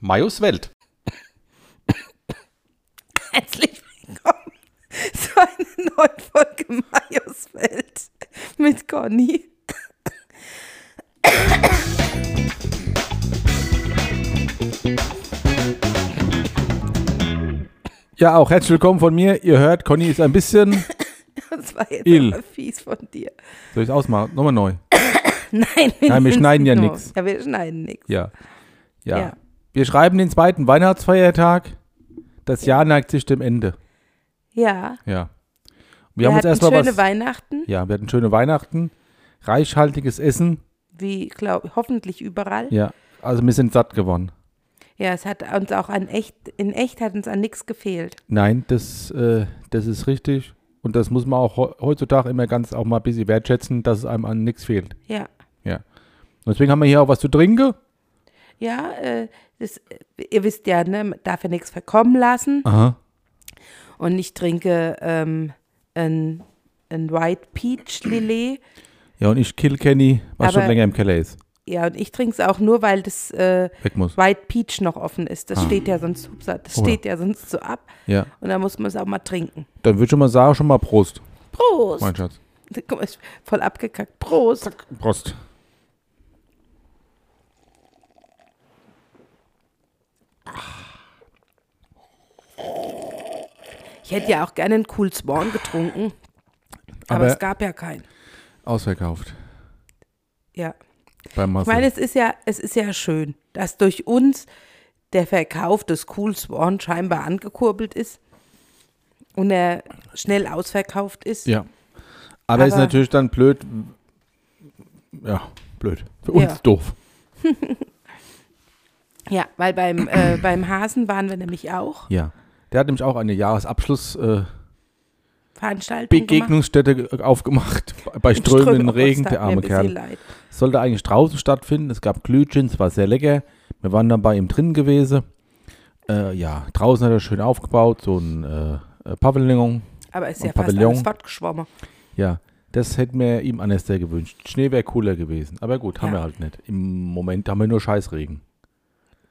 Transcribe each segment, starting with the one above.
Majos Welt. Herzlich willkommen zu einer neuen Folge Majos Welt mit Conny. Ja, auch herzlich willkommen von mir. Ihr hört, Conny ist ein bisschen. Das war jetzt Il. aber fies von dir. Soll ich es ausmachen? Nochmal neu. Nein, Nein, wir schneiden ja nur. nix. Ja, wir schneiden nichts. Ja. ja. Ja. Wir schreiben den zweiten Weihnachtsfeiertag. Das Jahr neigt sich dem Ende. Ja, Ja. wir, Wir, haben uns hatten erstmal schöne was. Weihnachten, ja, wir hatten schöne Weihnachten. Reichhaltiges Essen. wie glaub, hoffentlich überall. Ja. Ja. Also wir sind satt geworden. es hat uns auch an echt, in echt hat uns an nichts gefehlt. Nein, das, äh, das ist richtig. Und das muss man auch he- heutzutage immer ganz auch mal ein bisschen wertschätzen, dass es einem an nichts fehlt. Ja, Ja. Und deswegen haben wir hier auch was zu trinken. ja, äh, das, ihr wisst ja, ne, man darf ja nichts verkommen lassen. Aha. Und ich trinke ähm, ein, ein White Peach Lillet. Ja, und ich kill Kenny, was Aber- schon länger im Keller ist. Ja, und ich trinke es auch nur, weil das äh, Weg muss. White Peach noch offen ist. Das steht ja sonst ups, das Ah. Oh ja. steht ja sonst so ab. Ja. Und da muss man es auch mal trinken. Dann würde ich schon mal sagen, schon mal Prost, Prost! mein Schatz. Guck mal, ich bin voll abgekackt. Prost! Prost. Ich hätte ja auch gerne einen Cool Swan getrunken, aber, Aber es gab ja keinen. ausverkauft Ja. beim Ich Masse. meine, es ist ja, es ist ja schön, dass durch uns der Verkauf des Cool Swan scheinbar angekurbelt ist und er schnell ausverkauft ist. ja. Aber, ist aber- natürlich dann blöd. Ja, blöd. Für Ja. uns doof. Ja, weil beim, äh, beim Hasen waren wir nämlich auch Ja. Der hat nämlich auch eine äh, Jahresabschlussbegegnungsstätte Veranstaltungen gemacht. äh, aufgemacht bei Im strömenden Strömen- Regen, Oh, es der tat mir arme ein bisschen Kerl. Leid. Sollte eigentlich draußen stattfinden. Es gab Glühgin, es war sehr lecker. Wir waren dann bei ihm drin gewesen. Äh, ja, draußen hat er schön aufgebaut, so ein äh, äh, Pavillon. Aber es ist Und ja fast Pavillon. alles fortgeschwommen. Ja, das hätten wir ihm anders sehr gewünscht. Schnee wäre cooler gewesen. Aber gut, haben Ja. wir halt nicht. Im Moment haben wir nur Scheißregen.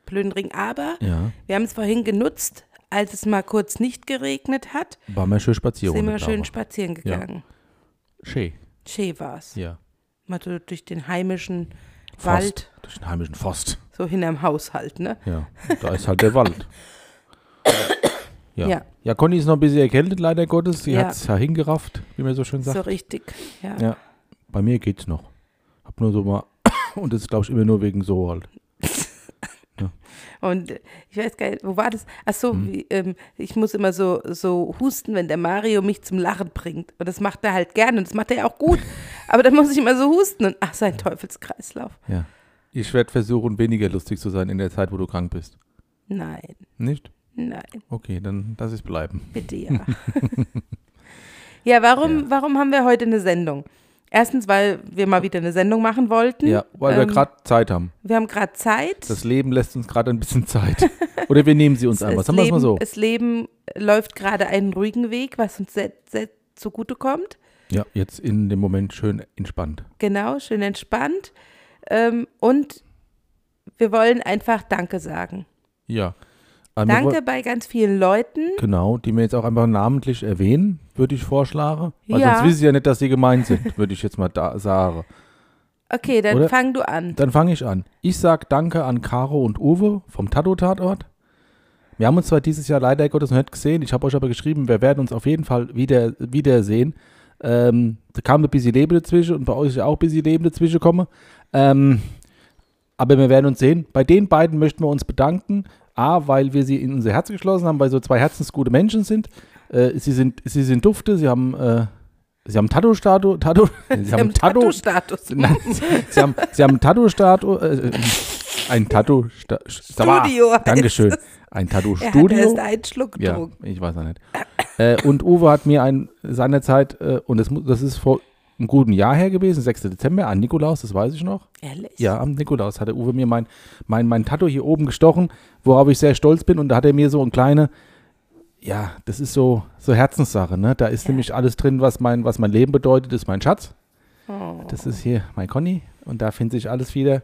Blöden Ring. Aber Ja. wir haben es vorhin genutzt, als es mal kurz nicht geregnet hat, Waren wir schön spazieren. sind wir mit schön Laura. spazieren gegangen. Schön, Schön war's. ja. Mal so durch den heimischen Forst. Wald, Durch den heimischen Forst. so hinterm Haushalt, ne? Ja, da ist halt der Wald. Ja. Ja. ja. Conny ist noch ein bisschen erkältet, leider Gottes. Sie Ja. hat es ja hingerafft, wie man so schön sagt. So richtig. Ja. Ja. Bei mir geht's noch. Hab nur so mal. Und das ist, glaube ich, immer nur wegen so halt. Und äh, ich weiß gar nicht, wo war das? Ach so, Hm. wie, ähm, ich muss immer so, so husten, wenn der Mario mich zum Lachen bringt. Und das macht er halt gerne und das macht er ja auch gut. Aber dann muss ich immer so husten und ach, sein Teufelskreislauf. Ja. Ich werde versuchen, weniger lustig zu sein in der Zeit, wo du krank bist. Nein, Nicht? nein, Okay, dann lass es bleiben. bitte ja. ja, warum, warum haben wir heute eine Sendung? Erstens, weil wir mal wieder eine Sendung machen wollten. Ja, weil wir Ähm, gerade Zeit haben. Wir haben gerade Zeit. Das Leben lässt uns gerade ein bisschen Zeit. Oder wir nehmen sie uns einfach. das Sagen wir es Leben, mal so. das Leben läuft gerade einen ruhigen Weg, was uns sehr, sehr zugutekommt. Ja, jetzt in dem Moment schön entspannt. Genau, schön entspannt. Ähm, und wir wollen einfach Danke sagen. Ja. Aber wir Danke woll- bei ganz vielen Leuten. Genau, die wir jetzt auch einfach namentlich erwähnen, würde ich vorschlagen. Weil Ja. sonst wissen sie ja nicht, dass sie gemeint sind, würde ich jetzt mal da sagen. Okay, dann Oder? fang du an. Dann fange ich an. Ich sage Danke an Caro und Uwe vom Tattoo-Tatort. Wir haben uns zwar dieses Jahr leider Gottes noch nicht gesehen, ich habe euch aber geschrieben, wir werden uns auf jeden Fall wieder, wiedersehen. Ähm, da kam ein bisschen Leben dazwischen und bei euch ist ja auch ein bisschen Leben dazwischen komme. Ähm, aber wir werden uns sehen. Bei den beiden möchten wir uns bedanken. A, weil wir sie in unser Herz geschlossen haben, weil so zwei herzensgute Menschen sind. Äh, sie sind. Sie sind Dufte, sie haben, äh, sie haben Tattoo-Statue, Tattoo, sie haben Tattoo, Tattoo-Status. Nein, sie haben, sie haben ein Tattoo-Statue, äh, ein Tattoo-Studio. Studio heißt Dankeschön. es. Ein Er hat erst Tattoo-Studio. einen Schluck Ja, getrunken. ich weiß auch nicht. Äh, und Uwe hat mir ein, seinerzeit, äh, und das, mu- das ist vor einem guten Jahr her gewesen, 6. Dezember, an Nikolaus, das weiß ich noch. Ehrlich? Ja, am Nikolaus hatte Uwe mir mein, mein, mein Tattoo hier oben gestochen, worauf ich sehr stolz bin. Und da hat er mir so ein kleine, ja, das ist so, so Herzenssache, ne? Da ist nämlich alles drin, was mein, was mein Leben bedeutet, ist mein Schatz. Oh. Das ist hier mein Conny und da findet sich alles wieder.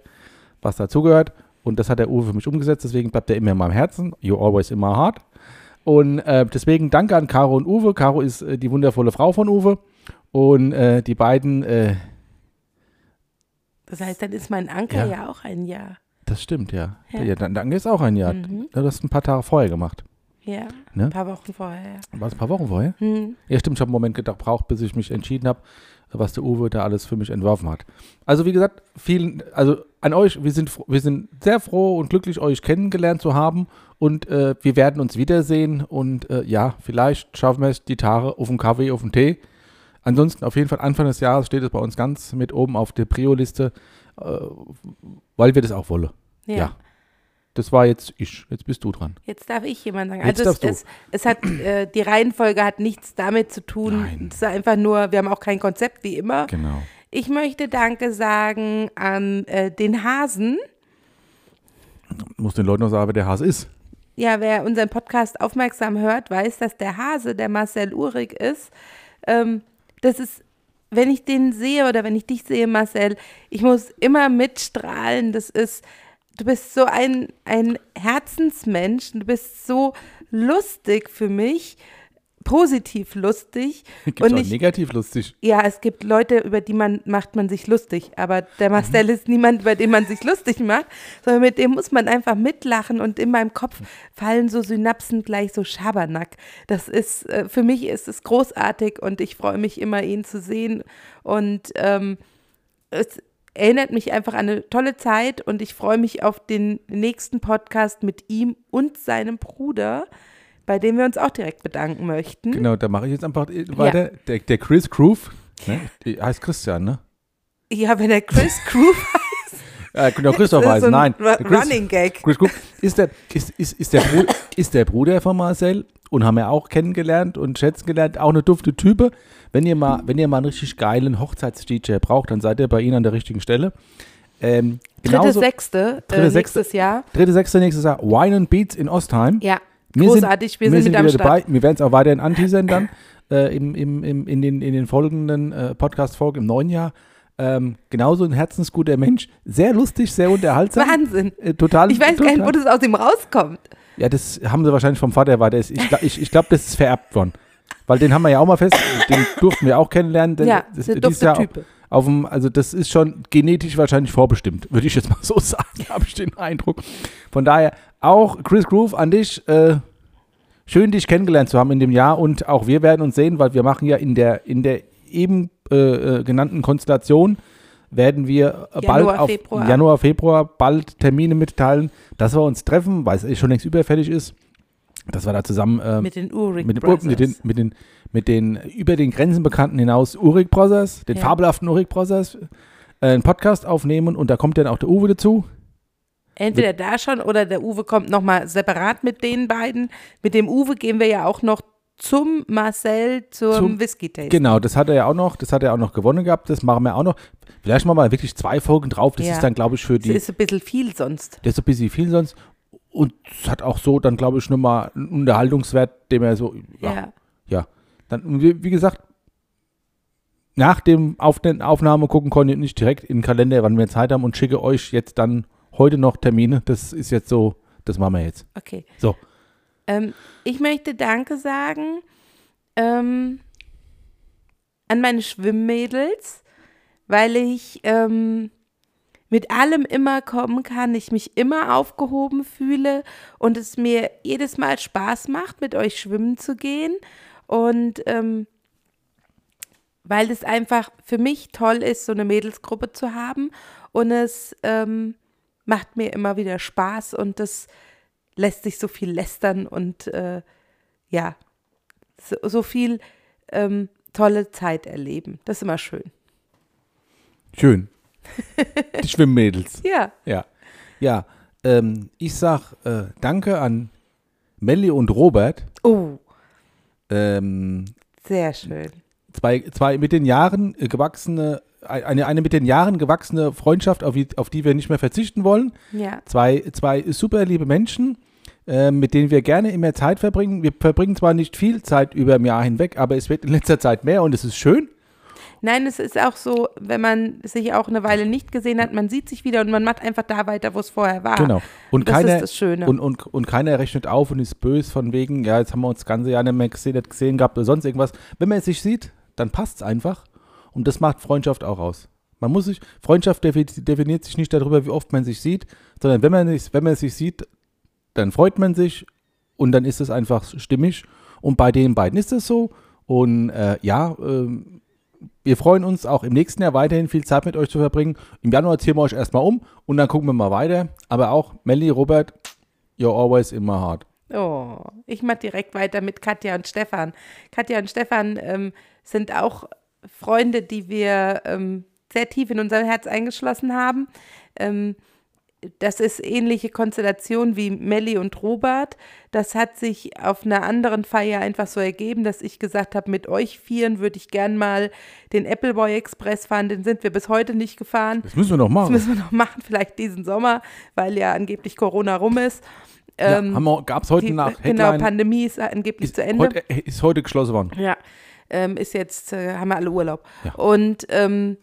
was dazugehört. Und das hat der Uwe für mich umgesetzt, deswegen bleibt er immer in meinem Herzen. You always in my heart. Und äh, deswegen danke an Caro und Uwe. Caro ist äh, die wundervolle Frau von Uwe. Und äh, die beiden, äh, Das heißt, dann ist mein Anker Ja. ja, auch ein Ja. das stimmt, ja. Ja. Ja, dann danke ist auch ein Jahr. Mhm. Ja, Du hast ein paar Tage vorher gemacht. Ja. Ne? Ein paar Wochen vorher. War es ein paar Wochen vorher? Hm. Ja, stimmt, ich habe einen Moment gebraucht, bis ich mich entschieden habe, was der Uwe da alles für mich entworfen hat. Also wie gesagt, vielen, also an euch, wir sind, fro- wir sind sehr froh und glücklich, euch kennengelernt zu haben und äh, wir werden uns wiedersehen und äh, ja, vielleicht schaffen wir es die Tage auf dem Kaffee, auf dem Tee. Ansonsten auf jeden Fall Anfang des Jahres steht es bei uns ganz mit oben auf der Prio-Liste, äh, weil wir das auch wollen. Ja. ja. Das war jetzt ich, jetzt bist du dran. Jetzt darf ich jemand sagen. Jetzt Also es, darfst du. es, es hat, äh, die Reihenfolge hat nichts damit zu tun. Nein. Es ist einfach nur, wir haben auch kein Konzept wie immer. Genau. Ich möchte Danke sagen an äh, den Hasen. Muss den Leuten noch sagen, wer der Hase ist. Ja, wer unseren Podcast aufmerksam hört, weiß, dass der Hase, der Marcel Uhrig ist, ähm, das ist, wenn ich den sehe oder wenn ich dich sehe, Marcel, ich muss immer mitstrahlen. Das ist, du bist so ein, ein Herzensmensch, du bist so lustig für mich, positiv lustig. Gibt's Und auch ich, negativ lustig. ja, es gibt Leute, über die man macht man sich lustig, aber der Marcel ist niemand, über den man sich lustig macht, sondern mit dem muss man einfach mitlachen und in meinem Kopf fallen so Synapsen gleich so Schabernack. Das ist äh, für mich ist es großartig und ich freue mich immer ihn zu sehen und ähm, es erinnert mich einfach an eine tolle Zeit und ich freue mich auf den nächsten Podcast mit ihm und seinem Bruder, bei dem wir uns auch direkt bedanken möchten. Genau, da mache ich jetzt einfach weiter. Der, der Chris Groove, ne? Die heißt Christian, ne? Ja, wenn der Chris Groove Äh, genau, Christoph Das ist heißt, so ein nein. Ru- der Chris, Running Gag. Chris Groove ist der, ist, ist, ist, der Bruder, ist der Bruder von Marcel und haben wir auch kennengelernt und schätzen gelernt. Auch eine dufte Type. Wenn ihr mal, wenn ihr mal einen richtig geilen Hochzeits-DJ braucht, dann seid ihr bei ihnen an der richtigen Stelle. Ähm, Dritte, genauso- sechste, Dritte, äh, sechste. nächstes Jahr. dritte, sechste nächstes Jahr. Wine and Beats in Ostheim. Ja, Wir großartig, wir sind mit am wieder Start. dabei. Wir werden es auch weiterhin anteasern dann äh, im, im, im, in, den, in den folgenden äh, Podcast-Folgen im neuen Jahr. Ähm, genauso ein herzensguter Mensch. Sehr lustig, sehr unterhaltsam. Wahnsinn. Äh, total. Ich weiß gar total. nicht, wo das aus ihm rauskommt. Ja, das haben sie wahrscheinlich vom Vater weiter. Ich, gla- ich, ich glaube, das ist vererbt worden. Weil den haben wir ja auch mal fest, den durften wir auch kennenlernen. Denn Ja, das, der dieses dufte Jahr Type. Auf dem, also das ist schon genetisch wahrscheinlich vorbestimmt, würde ich jetzt mal so sagen, habe ich den Eindruck. Von daher auch Chris Groove an dich. Äh, schön, dich kennengelernt zu haben in dem Jahr und auch wir werden uns sehen, weil wir machen ja in der, in der eben äh, äh, genannten Konstellation werden wir äh, bald Januar, auf Februar. Januar, Februar bald Termine mitteilen, dass wir uns treffen, weil es eh schon längst überfällig ist, dass wir da zusammen äh, Mit den Uric mit, den Ur- Brothers. mit, den, mit, den, mit den über den Grenzen bekannten hinaus Urik Brothers, den Ja. fabelhaften Urik Brothers, äh, einen Podcast aufnehmen und da kommt dann auch der Uwe dazu. Entweder da schon oder der Uwe kommt nochmal separat mit den beiden. Mit dem Uwe gehen wir ja auch noch zum Marcel, zum, Zum- Whisky-Taste. Genau, das hat er ja auch noch, das hat er auch noch gewonnen gehabt, das machen wir auch noch. Vielleicht machen wir mal wirklich zwei Folgen drauf, das Ja. ist dann, glaube ich, für Das die, ist ein bisschen viel sonst. der ist so ein bisschen viel sonst. Und es hat auch so dann, glaube ich, nochmal einen Unterhaltungswert, dem er so, ja, ja. Ja. Dann, und wie, wie gesagt, nach dem Auf Aufnahme gucken konnte ich nicht direkt in den Kalender, wann wir Zeit haben und schicke euch jetzt dann heute noch Termine. Das ist jetzt so, das machen wir jetzt. Okay. So. Ähm, ich möchte Danke sagen ähm, an meine Schwimmmädels, weil ich ähm, mit allem immer kommen kann, ich mich immer aufgehoben fühle und es mir jedes Mal Spaß macht, mit euch schwimmen zu gehen. Und ähm, weil es einfach für mich toll ist, so eine Mädelsgruppe zu haben. Und es ähm, macht mir immer wieder Spaß und das lässt sich so viel lästern und äh, ja, so, so viel ähm, tolle Zeit erleben. Das ist immer schön. Schön. Die Schwimmmädels. Ja, Ja. Ja. Ähm, ich sag äh, danke an Melli und Robert. oh, Ähm, sehr schön. zwei, zwei mit den Jahren äh, gewachsene, ein- eine, eine mit den Jahren gewachsene Freundschaft, auf die, auf die wir nicht mehr verzichten wollen. Ja, Zwei, zwei super liebe Menschen, äh, mit denen wir gerne immer Zeit verbringen. Wir verbringen zwar nicht viel Zeit über im Jahr hinweg, aber es wird in letzter Zeit mehr und es ist schön. Nein, es ist auch so, wenn man sich auch eine Weile nicht gesehen hat, man sieht sich wieder und man macht einfach da weiter, wo es vorher war. Genau. Und das keiner, ist das Schöne. Und, und, und keiner rechnet auf und ist böse von wegen, ja, jetzt haben wir uns das ganze Jahr nicht mehr gesehen, nicht gesehen gehabt oder sonst irgendwas. Wenn man es sich sieht, dann passt es einfach. Und das macht Freundschaft auch aus. Man muss sich, Freundschaft defi- definiert sich nicht darüber, wie oft man sich sieht, sondern wenn man, es- wenn man sich sieht, dann freut man sich und dann ist es einfach stimmig. Und bei den beiden ist es so. Und äh, ja, ähm, wir freuen uns auch im nächsten Jahr weiterhin viel Zeit mit euch zu verbringen. Im Januar ziehen wir euch erstmal um und dann gucken wir mal weiter. Aber auch Melly, Robert, you're always in my heart. Oh, ich mache direkt weiter mit Katja und Stefan. Katja und Stefan ähm, sind auch Freunde, die wir ähm, sehr tief in unser Herz eingeschlossen haben. Ähm, das ist ähnliche Konstellation wie Melli und Robert. Das hat sich auf einer anderen Feier einfach so ergeben, dass ich gesagt habe, mit euch vieren würde ich gern mal den Appleboy Express fahren. Den sind wir bis heute nicht gefahren. Das müssen wir noch Das machen. müssen wir noch machen, vielleicht diesen Sommer, weil ja angeblich Corona rum ist. Ähm, ja, Gab es heute die- Nacht. Genau, Headline Pandemie ist angeblich ist, zu Ende. Heute, äh, ist heute geschlossen worden. ja, ähm, ist jetzt, äh, haben wir alle Urlaub. Ja. Und ähm,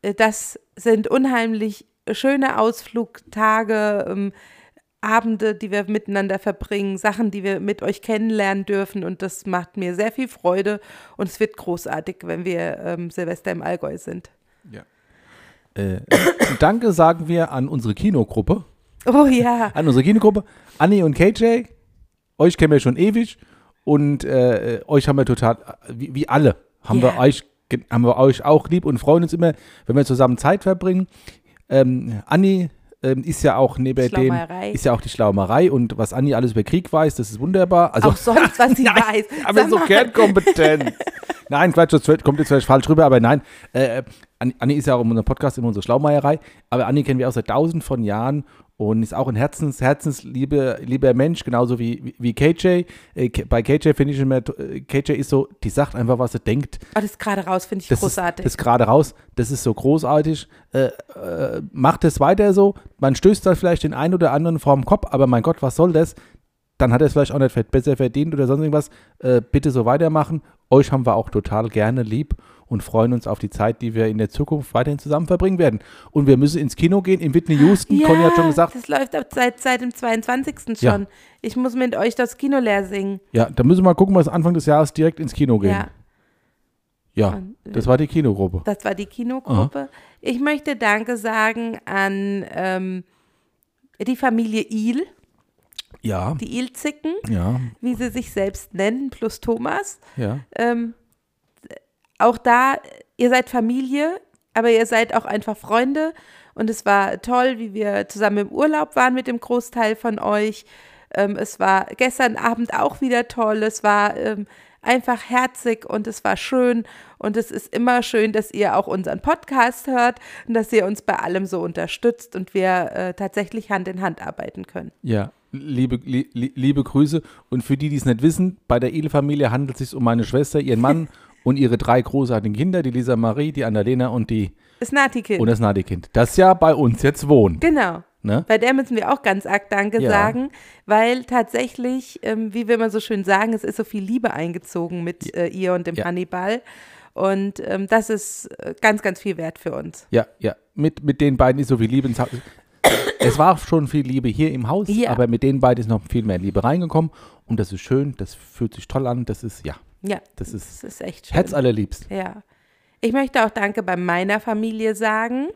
äh, das sind unheimlich schöne Ausflugtage, ähm, Abende, die wir miteinander verbringen, Sachen, die wir mit euch kennenlernen dürfen. Und das macht mir sehr viel Freude. Und es wird großartig, wenn wir ähm, Silvester im Allgäu sind. Äh, danke sagen wir an unsere Kinogruppe. Oh ja, An unsere Kinogruppe. Anni und KJ. Euch kennen wir schon ewig. Und äh, euch haben wir total, wie, wie alle, haben, Ja. wir euch, ge- haben wir euch auch lieb und freuen uns immer, wenn wir zusammen Zeit verbringen. Ähm, Anni ähm, ist ja auch neben dem, Schlaumeierei. ist ja auch die Schlaumerei und was Anni alles über Krieg weiß, das ist wunderbar. Also, auch sonst, was sie weiß. aber Sag so mal. kernkompetent. nein, Quatsch, das wird- kommt jetzt vielleicht falsch rüber, aber nein. Äh, Anni Anni ist ja auch in unserem Podcast immer unsere Schlaumeierei, aber Anni kennen wir auch seit tausend von Jahren und ist auch ein Herzens, herzensliebe, lieber Mensch, genauso wie, wie KJ. Äh, K- bei KJ finde ich immer, äh, KJ ist so, die sagt einfach, was sie denkt. Oh, das ist gerade raus, finde ich Das großartig. Ist, das gerade raus, das ist so großartig. Äh, äh, macht es weiter so. Man stößt da vielleicht den einen oder anderen vorm Kopf, aber mein Gott, was soll das? Dann hat er es vielleicht auch nicht ver- besser verdient oder sonst irgendwas. Äh, bitte so weitermachen. Euch haben wir auch total gerne lieb und freuen uns auf die Zeit, die wir in der Zukunft weiterhin zusammen verbringen werden. Und wir müssen ins Kino gehen, in Whitney Houston. Conny hat schon gesagt, Das läuft ab seit, seit dem 22. Ja. schon. Ich muss mit euch das Kino leer singen. ja, da müssen wir mal gucken, was Anfang des Jahres direkt ins Kino gehen. Ja, äh, ja das war die Kinogruppe. das war die Kinogruppe. Ich möchte Danke sagen an ähm, die Familie Il, Ja, die Ilzicken, ja, wie sie sich selbst nennen, plus Thomas. ja. Ähm, auch da, ihr seid Familie, aber ihr seid auch einfach Freunde. Und es war toll, wie wir zusammen im Urlaub waren mit dem Großteil von euch. Ähm, es war gestern Abend auch wieder toll. Es war ähm, einfach herzig und es war schön. Und es ist immer schön, dass ihr auch unseren Podcast hört und dass ihr uns bei allem so unterstützt und wir äh, tatsächlich Hand in Hand arbeiten können. Ja, liebe, li, li- liebe Grüße. Und für die, die es nicht wissen, bei der Ehle-Familie handelt es sich um meine Schwester, ihren Mann und ihre drei großartigen Kinder, die Lisa Marie, die Annalena und die Ist Nati und Kind. das Nadi-Kind, das ja bei uns jetzt wohnt. Genau. Ne? Bei der müssen wir auch ganz arg Danke Ja. sagen, weil tatsächlich, ähm, wie wir immer so schön sagen, es ist so viel Liebe eingezogen mit äh, ihr und dem Ja. Hannibal. Und ähm, das ist äh, ganz, ganz viel wert für uns. Ja, ja. Mit, mit den beiden ist so viel Liebe ins Haus. Es war schon viel Liebe hier im Haus, Ja. aber mit den beiden ist noch viel mehr Liebe reingekommen. Und das ist schön, das fühlt sich toll an. Das ist, ja, Ja, das ist das ist echt schön. herzallerliebst. Ja. Ich möchte auch Danke bei meiner Familie sagen,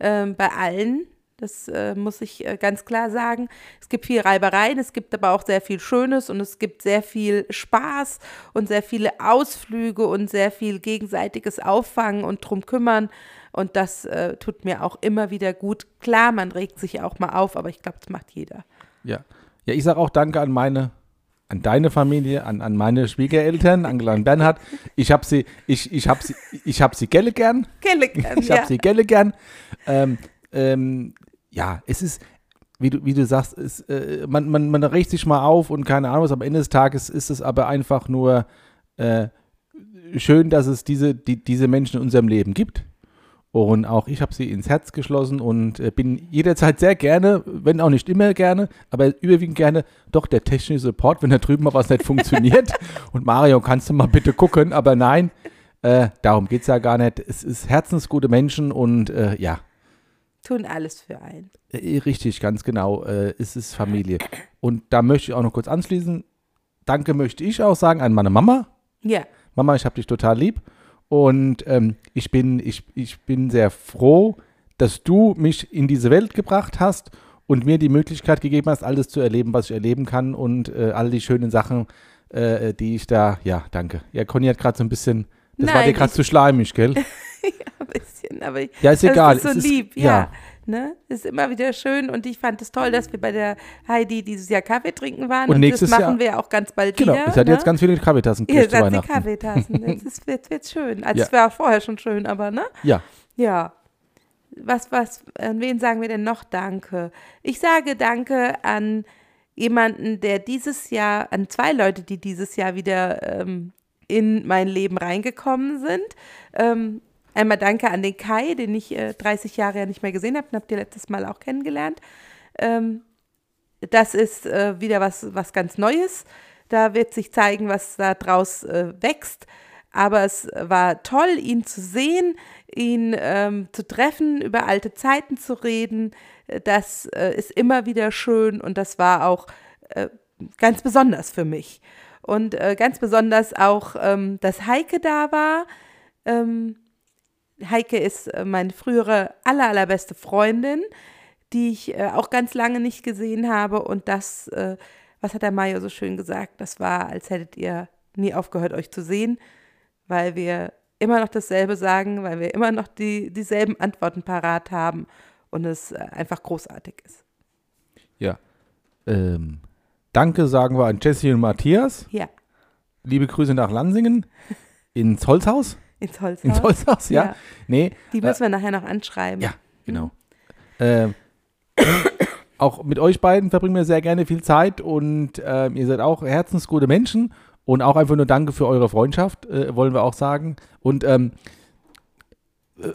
ähm, bei allen. Das äh, muss ich äh, ganz klar sagen. Es gibt viel Reibereien, es gibt aber auch sehr viel Schönes und es gibt sehr viel Spaß und sehr viele Ausflüge und sehr viel gegenseitiges Auffangen und drum kümmern. Und das äh, tut mir auch immer wieder gut. Klar, man regt sich auch mal auf, aber ich glaube, das macht jeder. Ja. Ja, ich sage auch Danke an meine, an deine Familie, an, an meine Schwiegereltern, Angela und Bernhard. Ich habe sie, ich, ich habe sie, ich habe sie gelle gern. Kelle gern, Ich Ähm, habe ja. sie gelle gern. Ähm, ähm, ja, es ist, wie du, wie du sagst, es, äh, man, man, man regt sich mal auf und keine Ahnung was. Am Ende des Tages ist es aber einfach nur äh, schön, dass es diese, die, diese Menschen in unserem Leben gibt. Und auch ich habe sie ins Herz geschlossen und äh, bin jederzeit sehr gerne, wenn auch nicht immer gerne, aber überwiegend gerne doch der technische Support, wenn da drüben mal was nicht funktioniert. Und Mario, kannst du mal bitte gucken? Aber nein, Äh, darum geht es ja gar nicht. Es ist herzensgute Menschen und äh, ja, Tun alles für einen. äh, richtig, ganz genau. Äh, es ist Familie. Und da möchte ich auch noch kurz anschließen. Danke möchte ich auch sagen an meine Mama. Ja. Mama, ich habe dich total lieb. Und ähm, ich, bin, ich, ich bin sehr froh, dass du mich in diese Welt gebracht hast und mir die Möglichkeit gegeben hast, alles zu erleben, was ich erleben kann und äh, all die schönen Sachen, äh, äh, die ich da. Ja, danke. Ja, Conny hat gerade so ein bisschen. Das war Nein, dir gerade ich- zu schleimig, gell? ja, ein bisschen, aber ich, Ja, ist das egal, Ist so es ist- lieb, ja. ja. Ne? Ist immer wieder schön und ich fand es toll, dass wir bei der Heidi dieses Jahr Kaffee trinken waren. Und nächstes das Jahr- machen wir auch ganz bald Genau. wieder. ich hatte ne? jetzt ganz viele Kaffeetassen Ihr gekriegt zu seid die Weihnachten. Kaffeetassen. Jetzt ist, wird, wird schön. Also Ja. es war vorher schon schön, aber ne? Ja, Ja. Was, was, an wen sagen wir denn noch Danke? Ich sage Danke an jemanden, der dieses Jahr, an zwei Leute, die dieses Jahr wieder ähm, in mein Leben reingekommen sind. Ähm, einmal Danke an den Kai, den ich äh, 30 Jahre ja nicht mehr gesehen habe, den habt ihr letztes Mal auch kennengelernt. Ähm, das ist äh, wieder was, was ganz Neues. Da wird sich zeigen, was da draus äh, wächst. Aber es war toll, ihn zu sehen, ihn ähm, zu treffen, über alte Zeiten zu reden. Das äh, ist immer wieder schön und das war auch äh, ganz besonders für mich. Und äh, ganz besonders auch, ähm, dass Heike da war. Ähm, Heike ist äh, meine frühere aller, allerbeste Freundin, die ich äh, auch ganz lange nicht gesehen habe. Und das, äh, was hat der Mario so schön gesagt, das war, als hättet ihr nie aufgehört, euch zu sehen, weil wir immer noch dasselbe sagen, weil wir immer noch die, dieselben Antworten parat haben und es äh, einfach großartig ist. ja. Ähm, danke sagen wir an Jesse und Matthias. Ja, Liebe Grüße nach Lansingen. Ins Holzhaus? ins Holzhaus. Ins Holzhaus, ja. Ja. Nee. Die müssen wir nachher noch anschreiben. Oh Ja, genau. Ähm, auch mit euch beiden verbringen wir sehr gerne viel Zeit und ähm, ihr seid auch herzensgute Menschen und auch einfach nur Danke für eure Freundschaft, äh, wollen wir auch sagen. Und ähm, äh,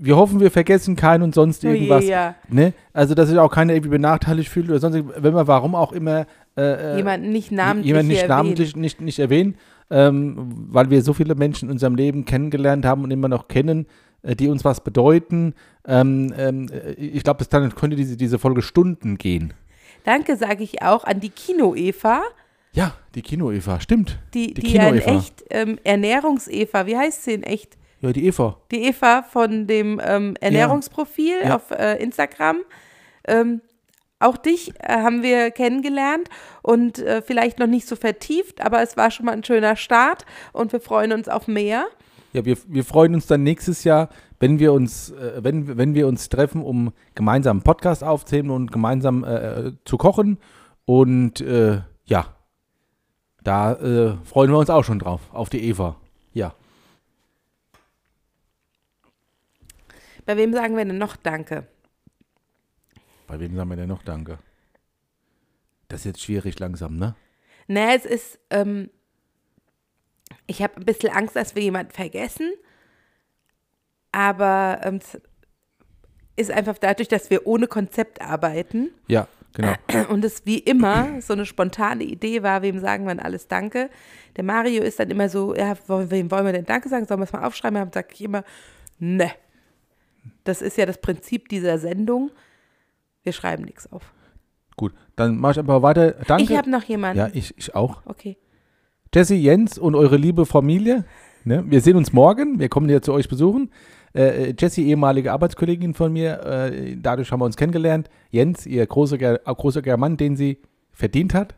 wir hoffen, wir vergessen keinen und sonst Oh je, irgendwas. ja. Ne? Also, dass sich auch keiner irgendwie benachteiligt fühlt oder sonst irgendwas, wenn man warum auch immer äh, äh, Jemanden nicht namentlich. jemanden nicht erwähnen. namentlich nicht, nicht erwähnen, ähm, weil wir so viele Menschen in unserem Leben kennengelernt haben und immer noch kennen, äh, die uns was bedeuten. Ähm, ähm, äh, ich glaube, das dann könnte diese, diese Folge Stunden gehen. Danke sage ich auch an die Kino-Eva. Ja, die Kino-Eva, stimmt. Die, die, ja in Kino-Eva. echt ähm, Ernährungseva, wie heißt sie in echt? Ja, die Eva. Die Eva von dem ähm, Ernährungsprofil Ja. auf äh, Instagram. Ähm, auch dich äh, haben wir kennengelernt und äh, vielleicht noch nicht so vertieft, aber es war schon mal ein schöner Start und wir freuen uns auf mehr. Ja, wir, wir freuen uns dann nächstes Jahr, wenn wir uns, äh, wenn, wenn wir uns treffen, um gemeinsam einen Podcast aufzunehmen und gemeinsam äh, äh, zu kochen. Und äh, ja, da äh, freuen wir uns auch schon drauf, auf die Eva. Ja. Bei wem sagen wir denn noch Danke? Bei wem sagen wir denn noch Danke? Das ist jetzt schwierig langsam, ne? Naja, es ist, ähm, ich habe ein bisschen Angst, dass wir jemanden vergessen. Aber ähm, es ist einfach dadurch, dass wir ohne Konzept arbeiten Ja, genau. und es wie immer so eine spontane Idee war, wem sagen wir denn alles Danke. Der Mario ist dann immer so, ja, wo- wem wollen wir denn Danke sagen? Sollen wir es mal aufschreiben? Dann sage ich immer, ne. Das ist ja das Prinzip dieser Sendung. Wir schreiben nichts auf. Gut, dann mach ich einfach weiter. Danke. Ich habe noch jemanden. ja, ich, ich auch. Okay. Jesse, Jens und eure liebe Familie. Ne? Wir sehen uns morgen. Wir kommen hier zu euch besuchen. Äh, äh, Jesse, ehemalige Arbeitskollegin von mir, äh, dadurch haben wir uns kennengelernt. Jens, ihr großer, Ger- äh, großer German, den sie verdient hat.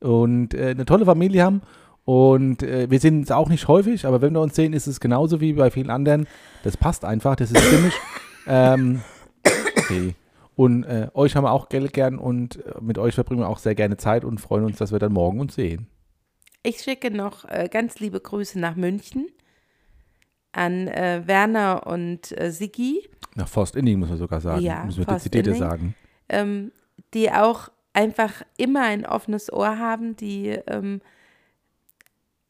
und äh, eine tolle Familie haben. Und äh, wir sehen uns auch nicht häufig, aber wenn wir uns sehen, ist es genauso wie bei vielen anderen. Das passt einfach, das ist stimmig. ähm, okay. Und äh, euch haben wir auch gell- gern und äh, mit euch verbringen wir auch sehr gerne Zeit und freuen uns, dass wir dann morgen uns sehen. Ich schicke noch äh, ganz liebe Grüße nach München an äh, Werner und äh, Siggi, Nach Forstinning muss man sogar sagen. Ja, muss man Forstinning. dezidierte sagen. ähm, die auch einfach immer ein offenes Ohr haben, die ähm,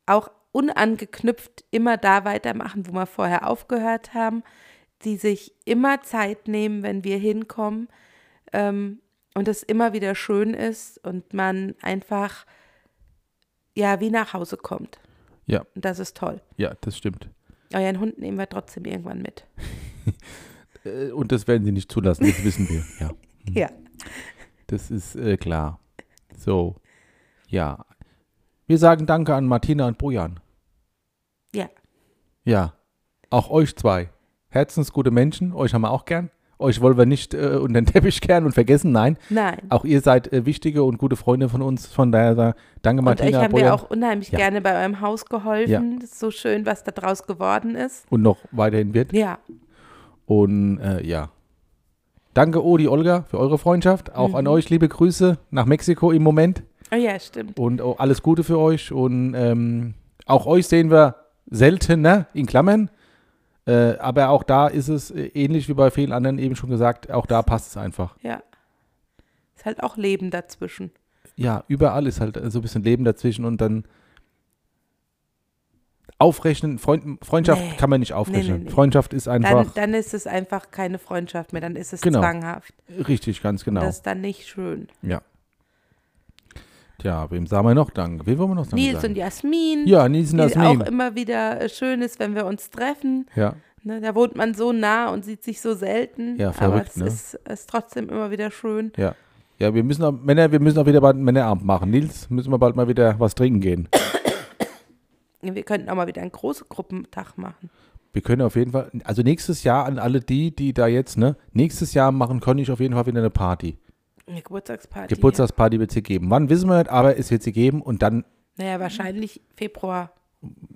auch unangeknüpft immer da weitermachen, wo wir vorher aufgehört haben, die sich immer Zeit nehmen, wenn wir hinkommen ähm, und es immer wieder schön ist und man einfach ja wie nach Hause kommt. Ja. Und das ist toll. Ja, das stimmt. Euren Hund nehmen wir trotzdem irgendwann mit. Äh, Und das werden sie nicht zulassen, das wissen wir. Ja, Ja. das ist äh, klar. So, ja. Wir sagen Danke an Martina und Bojan. Ja. Ja, auch euch zwei. Herzensgute Menschen, euch haben wir auch gern. Euch wollen wir nicht äh, unter den Teppich kehren und vergessen, nein. Nein. Auch ihr seid äh, wichtige und gute Freunde von uns. Von daher sagen, danke Und euch Martina, haben wir Bojan. auch unheimlich Ja. gerne bei eurem Haus geholfen. Das ist so schön, was da draus geworden ist. Und noch weiterhin wird. Ja. Und äh, ja. Danke Odi, Olga, für eure Freundschaft. Auch Mhm. an euch liebe Grüße nach Mexiko im Moment. Oh ja, stimmt. Und auch alles Gute für euch. Und ähm, auch euch sehen wir seltener, in Klammern. Äh, aber auch da ist es äh, ähnlich wie bei vielen anderen eben schon gesagt, auch da passt es einfach. Ja. Ist halt auch Leben dazwischen. Ja, überall ist halt äh, so ein bisschen Leben dazwischen und dann aufrechnen. Freund, Freundschaft Nee. kann man nicht aufrechnen. nee. Freundschaft ist einfach Dann, dann ist es einfach keine Freundschaft mehr. Dann ist es Genau. zwanghaft. richtig, ganz genau. Das ist dann nicht schön. Ja. Tja, wem sagen wir noch Danke? Wem wollen wir noch Danke Nils und sagen? Jasmin. ja, Nils und die auch Jasmin. immer wieder äh, schön ist, wenn wir uns treffen. Ja, Ne, da wohnt man so nah und sieht sich so selten. Ja, aber verrückt, es ne? ist, ist trotzdem immer wieder schön. ja. Ja, wir müssen auch, Männer, wir müssen auch wieder bald einen Männerabend machen. Nils, müssen wir bald mal wieder was trinken gehen. Wir könnten auch mal wieder einen großen Gruppentag machen. Wir können auf jeden Fall, also nächstes Jahr an alle die, die da jetzt, ne, nächstes Jahr machen, kann ich auf jeden Fall wieder eine Party. Eine Geburtstagsparty. Geburtstagsparty wird sie geben. Wann wissen wir nicht, aber es wird sie geben und dann Naja, wahrscheinlich Februar.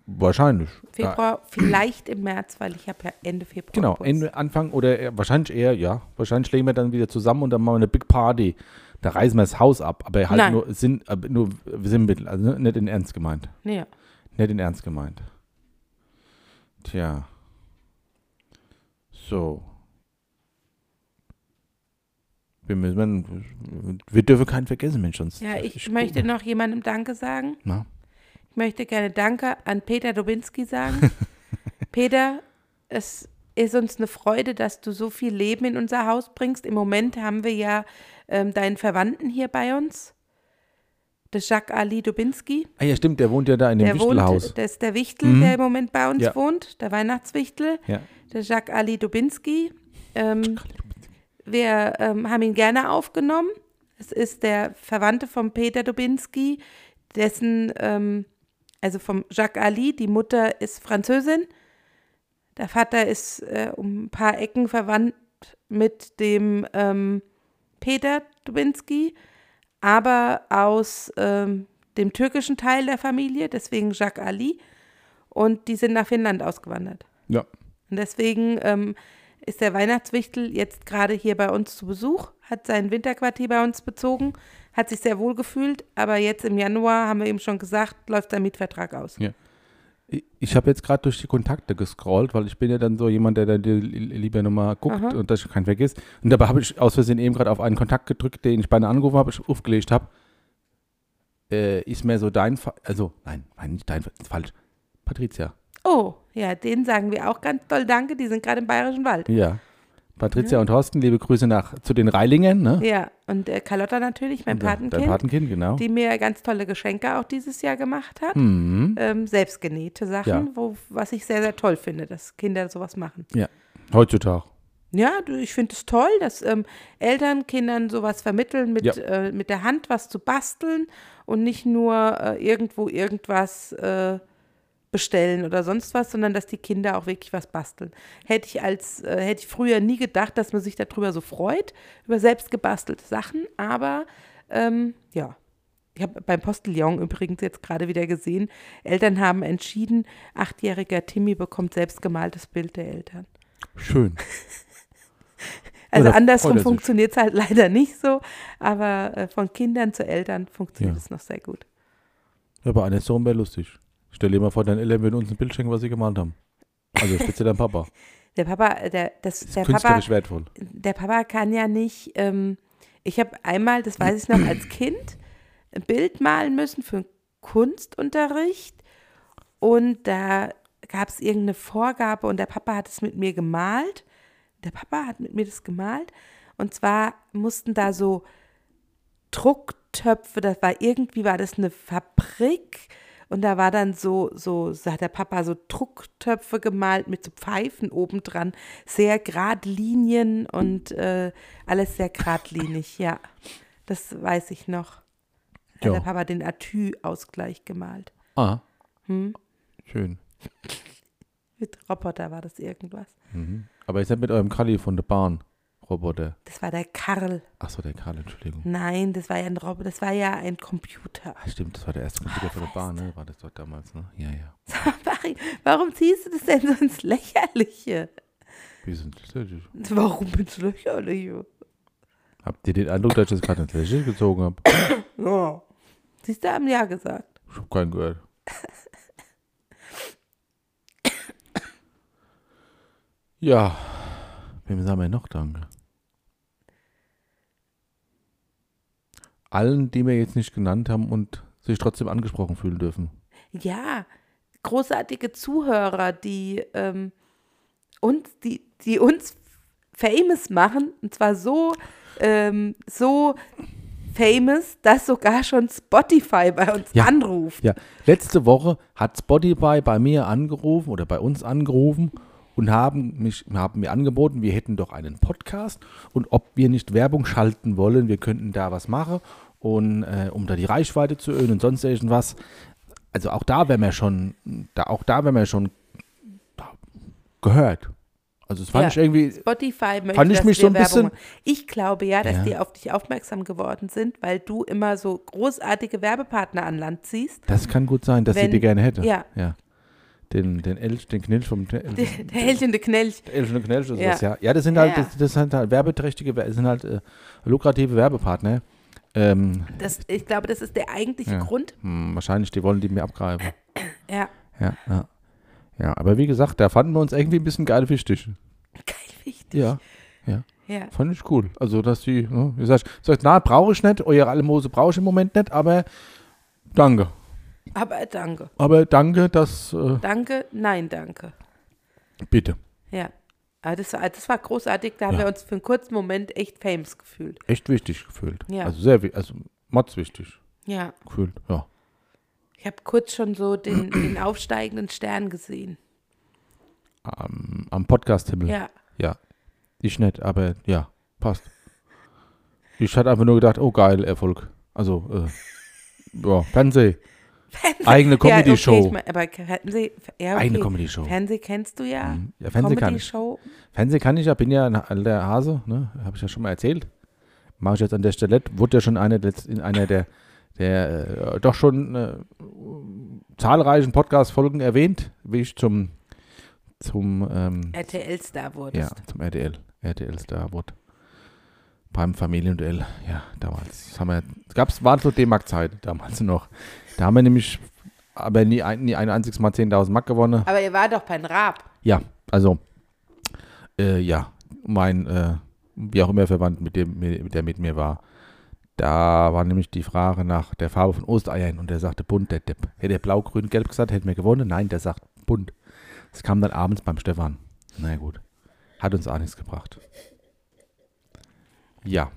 wahrscheinlich. Ja, Februar, vielleicht im März, weil ich habe ja Ende Februar. Genau, Geburtstag. Ende, Anfang oder eher, wahrscheinlich eher, ja. Wahrscheinlich legen wir dann wieder zusammen und dann machen wir eine Big Party. Da reißen wir das Haus ab, aber halt Nein. nur, sind, aber nur wir sind mittel, also ne, nicht in Ernst gemeint. Ja. Nicht in Ernst gemeint. Tja. So. Wir müssen, man- wir dürfen keinen vergessen, Mensch, sonst. ja, ich, möchte noch jemandem Danke sagen. Na? Ich möchte gerne Danke an Peter Dobinski sagen. Peter, es ist uns eine Freude, dass du so viel Leben in unser Haus bringst. Im Moment haben wir ja ähm, deinen Verwandten hier bei uns. Das Jacques Ali Dobinski. Ah ja, stimmt, der wohnt ja da in dem Der Wichtelhaus. Mhm. wohnt, das ist der Wichtel, der im Moment bei uns Ja. wohnt, der Weihnachtswichtel. Ja. der Jacques Ali Dubinski. Ähm, wir ähm, haben ihn gerne aufgenommen. Es ist der Verwandte von Peter Dubinski, dessen, ähm, also vom Jacques Ali, die Mutter ist Französin. Der Vater ist äh, um ein paar Ecken verwandt mit dem ähm, Peter Dubinski, aber aus ähm, dem türkischen Teil der Familie, deswegen Jacques Ali. Und die sind nach Finnland ausgewandert. ja. Und deswegen ähm, ist der Weihnachtswichtel jetzt gerade hier bei uns zu Besuch, hat sein Winterquartier bei uns bezogen, hat sich sehr wohl gefühlt, aber jetzt im Januar, haben wir ihm schon gesagt, läuft sein Mietvertrag aus. Ich- Ich habe jetzt gerade durch die Kontakte gescrollt, weil ich bin ja dann so jemand, der dann die li- lieber nochmal guckt Aha. und das keinen vergisst. Und dabei habe ich aus Versehen eben gerade auf einen Kontakt gedrückt, den ich beinahe angerufen habe, ich aufgelegt habe. Äh, ist mehr so dein Fall. Also, nein, nein, nicht dein Fall. ist Falsch. Patricia. Oh, ja, denen sagen wir auch ganz toll Danke, die sind gerade im Bayerischen Wald. Ja. Patricia und Thorsten, liebe Grüße nach zu den Reilingen, ne? Ja, und äh, Carlotta natürlich, mein Patenkind, Dein Patenkind, genau. die mir ganz tolle Geschenke auch dieses Jahr gemacht hat. Ähm, selbstgenähte Sachen, Mhm. Ja. wo, was ich sehr, sehr toll finde, dass Kinder sowas machen. Ja. Heutzutage. Ja, du, ich finde es toll, dass ähm, Eltern Kindern sowas vermitteln, mit, Ja. äh, mit der Hand was zu basteln und nicht nur äh, irgendwo irgendwas äh, bestellen oder sonst was, sondern dass die Kinder auch wirklich was basteln. Hätte ich als, äh, hätte ich früher nie gedacht, dass man sich darüber so freut, über selbst gebastelte Sachen, aber ähm, ja. Ich habe beim Postillon übrigens jetzt gerade wieder gesehen, Eltern haben entschieden, achtjähriger Timmy bekommt selbstgemaltes Bild der Eltern. Schön. Also Oder freut andersrum er sich? funktioniert es halt leider nicht so, aber äh, von Kindern zu Eltern funktioniert Ja. es noch sehr gut. Ja, bei einer Song wäre lustig. Stell dir mal vor, deine Eltern würden uns ein Bild schenken, was sie gemalt haben. Also speziell dein Papa. Der Papa, äh, der, das, Ist der Papa, künstlerisch wertvoll. der Papa kann ja nicht, ähm, ich habe einmal, das weiß ich noch, als Kind ein Bild malen müssen für einen Kunstunterricht und da gab es irgendeine Vorgabe und der Papa hat es mit mir gemalt. Der Papa hat mit mir das gemalt und zwar mussten da so Drucktöpfe, das war irgendwie war das eine Fabrik Und da war dann so, so, so hat der Papa so Drucktöpfe gemalt mit so Pfeifen obendran. Sehr gerade Linien und äh, alles sehr geradlinig, ja. Das weiß ich noch. Hat Ja. der Papa den Atü-Ausgleich gemalt. Ah. Schön. Mit Roboter war das irgendwas. Aber ihr seid mit eurem Kalli von der Bahn, Roboter. Das war der Karl. Achso, der Karl, Entschuldigung. Nein, das war ja ein Roboter, das war ja ein Computer. Ah, stimmt, das war der erste Computer von der Bahn, ne? War das doch damals, ne? Ja, ja. Mari, warum ziehst du das denn so ins Lächerliche? Wir sind lächerlich. Warum ins Lächerliche? Habt ihr den Eindruck, dass ich das gerade ins Lächeln gezogen habe? Ja. Siehst du, haben ja gesagt. Ich hab keinen gehört. Ja, wem sagen wir noch Danke? Allen, die wir jetzt nicht genannt haben und sich trotzdem angesprochen fühlen dürfen. Ja, großartige Zuhörer, die, ähm, uns, die, die uns famous machen. Und zwar so, ähm, so famous, dass sogar schon Spotify bei uns Ja. anruft. Ja, letzte Woche hat Spotify bei mir angerufen oder bei uns angerufen und haben, mich, haben mir angeboten, wir hätten doch einen Podcast und ob wir nicht Werbung schalten wollen, wir könnten da was machen, und, äh, um da die Reichweite zu erhöhen und sonst irgendwas. Also auch da wären wir schon, da, auch da wären wir schon da, gehört. Also es fand Ja. ich irgendwie, Spotify möchte, Fand ich dass mich wir so ein Werbung bisschen- machen. Ich glaube ja, dass Ja. die auf dich aufmerksam geworden sind, weil du immer so großartige Werbepartner an Land ziehst. das kann gut sein, dass sie Wenn- die gerne hätte. ja. Den, den Elch, den Knilch vom Elch. Der der hellchende Knelch. Elfen und Knelsch oder Ja. sowas, ja. Ja, das sind Ja, halt, ja. das, das sind halt werbeträchtige, das sind halt äh, lukrative Werbepartner. ne? Ähm, Das, ich glaube, das ist der eigentliche Ja. Grund. hm, wahrscheinlich, die wollen die mir abgreifen. Ja, Ja, ja. Ja, aber wie gesagt, da fanden wir uns irgendwie ein bisschen geil wichtig. geil wichtig. Ja, Ja. fand ich cool. Also, dass die, ne, ihr sagt, sagt na, brauche ich nicht, eure Almose brauche ich im Moment nicht, aber danke. Aber danke. Aber danke, dass, äh, Danke, nein, danke. bitte. Ja. Aber das war, das war großartig. Da haben Ja. wir uns für einen kurzen Moment echt famous gefühlt. Echt wichtig gefühlt. Ja. Also, sehr, wi- also, Mods wichtig Ja. gefühlt, ja. Ich habe kurz schon so den, den aufsteigenden Stern gesehen. Am, am Podcast-Himmel. Ja. Ja, ich nicht, aber ja, passt. Ich hatte einfach nur gedacht, oh geil, Erfolg. Also, äh, ja, Fernseh. Eigene Ja, okay, Comedy-Show. ich mein, aber Fernseh, ja, okay. Eigene Comedy-Show. Fernseh kennst du ja. Mhm. Ja, Fernseh kann ich. Comedy-Show. Fernseh kann ich ja, bin ja ein alter Hase, ne? Habe ich ja schon mal erzählt. Mache ich jetzt an der Stelle. Wurde ja schon einer der, in einer der, der äh, doch schon äh, zahlreichen Podcast-Folgen erwähnt, wie ich zum, zum ähm, RTL-Star Ja, wurdest. zum RTL. RTL Starwood. Beim Familienduell, ja, damals. Das haben wir, es gab's, war zur D-Mark-Zeit damals noch. Da haben wir nämlich aber nie ein, nie ein einziges Mal 10.000 Mark gewonnen. Aber ihr war doch beim Raab. Ja, also, äh, ja, mein, äh, wie auch immer verwandt, mit dem, mit, der mit mir war, da war nämlich die Frage nach der Farbe von Osteiern und der sagte bunt, der Depp. Hätte er blau, grün, gelb gesagt, hätten wir gewonnen. Nein, der sagt bunt. Das kam dann abends beim Stefan. Na ja, gut, hat uns auch nichts gebracht. Ja,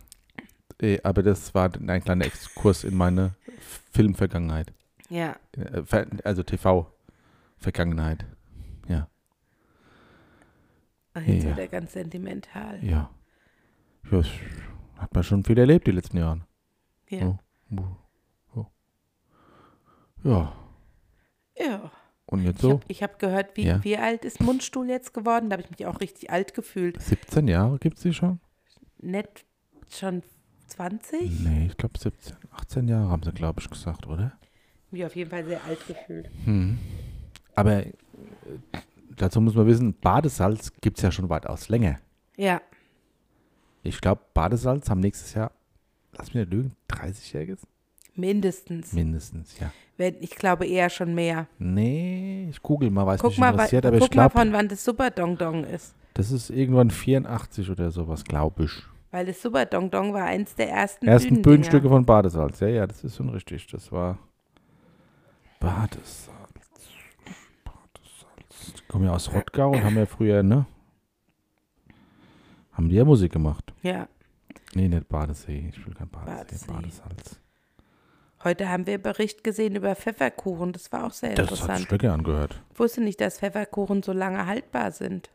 äh, aber das war ein kleiner Exkurs in meine Filmvergangenheit. Ja. Äh, Fer- also TV-Vergangenheit. Ja. Und jetzt Ja. wird er also ganz sentimental. Ja. ja das hat man schon viel erlebt die letzten Jahren. Oh. Ja. Ja. ja. Und jetzt Ich so? habe hab gehört, wie, Ja. wie alt ist Mundstuhl jetzt geworden? Da habe ich mich auch richtig alt gefühlt. 17 Jahre gibt es die schon? Nett schon 20? Nee, ich glaube 17, 18 Jahre haben sie, glaube ich, gesagt, oder? Mich auf jeden Fall sehr alt gefühlt. Hm. Aber äh, dazu muss man wissen, Badesalz gibt es ja schon weitaus länger. Ja. Ich glaube, Badesalz haben nächstes Jahr, lass mich nicht lügen, 30-Jähriges? Mindestens. Mindestens, ja. Wenn, ich glaube eher schon mehr. Nee, ich google mal, weiß Guck mich mal, wa- interessiert, aber ich guck mal glaube, von wann das Super Dong Dong ist. das ist irgendwann 84 oder sowas, glaube ich. Weil das Super Dong Dong war eins der ersten, ersten Bühnendinger. Bühnenstücke von Badesalz. Ja, ja, das ist schon richtig. Das war Badesalz. Badesalz. Die kommen ja aus Rottgau und haben ja früher, ne? Haben die ja Musik gemacht. Ja. Nee, nicht Badesee. Ich will kein Badesee. Badesee. Badesalz. Heute haben wir einen Bericht gesehen über Pfefferkuchen. Das war auch sehr Das hat interessant. Stöcke angehört. Ich wusste nicht, dass Pfefferkuchen so lange haltbar sind.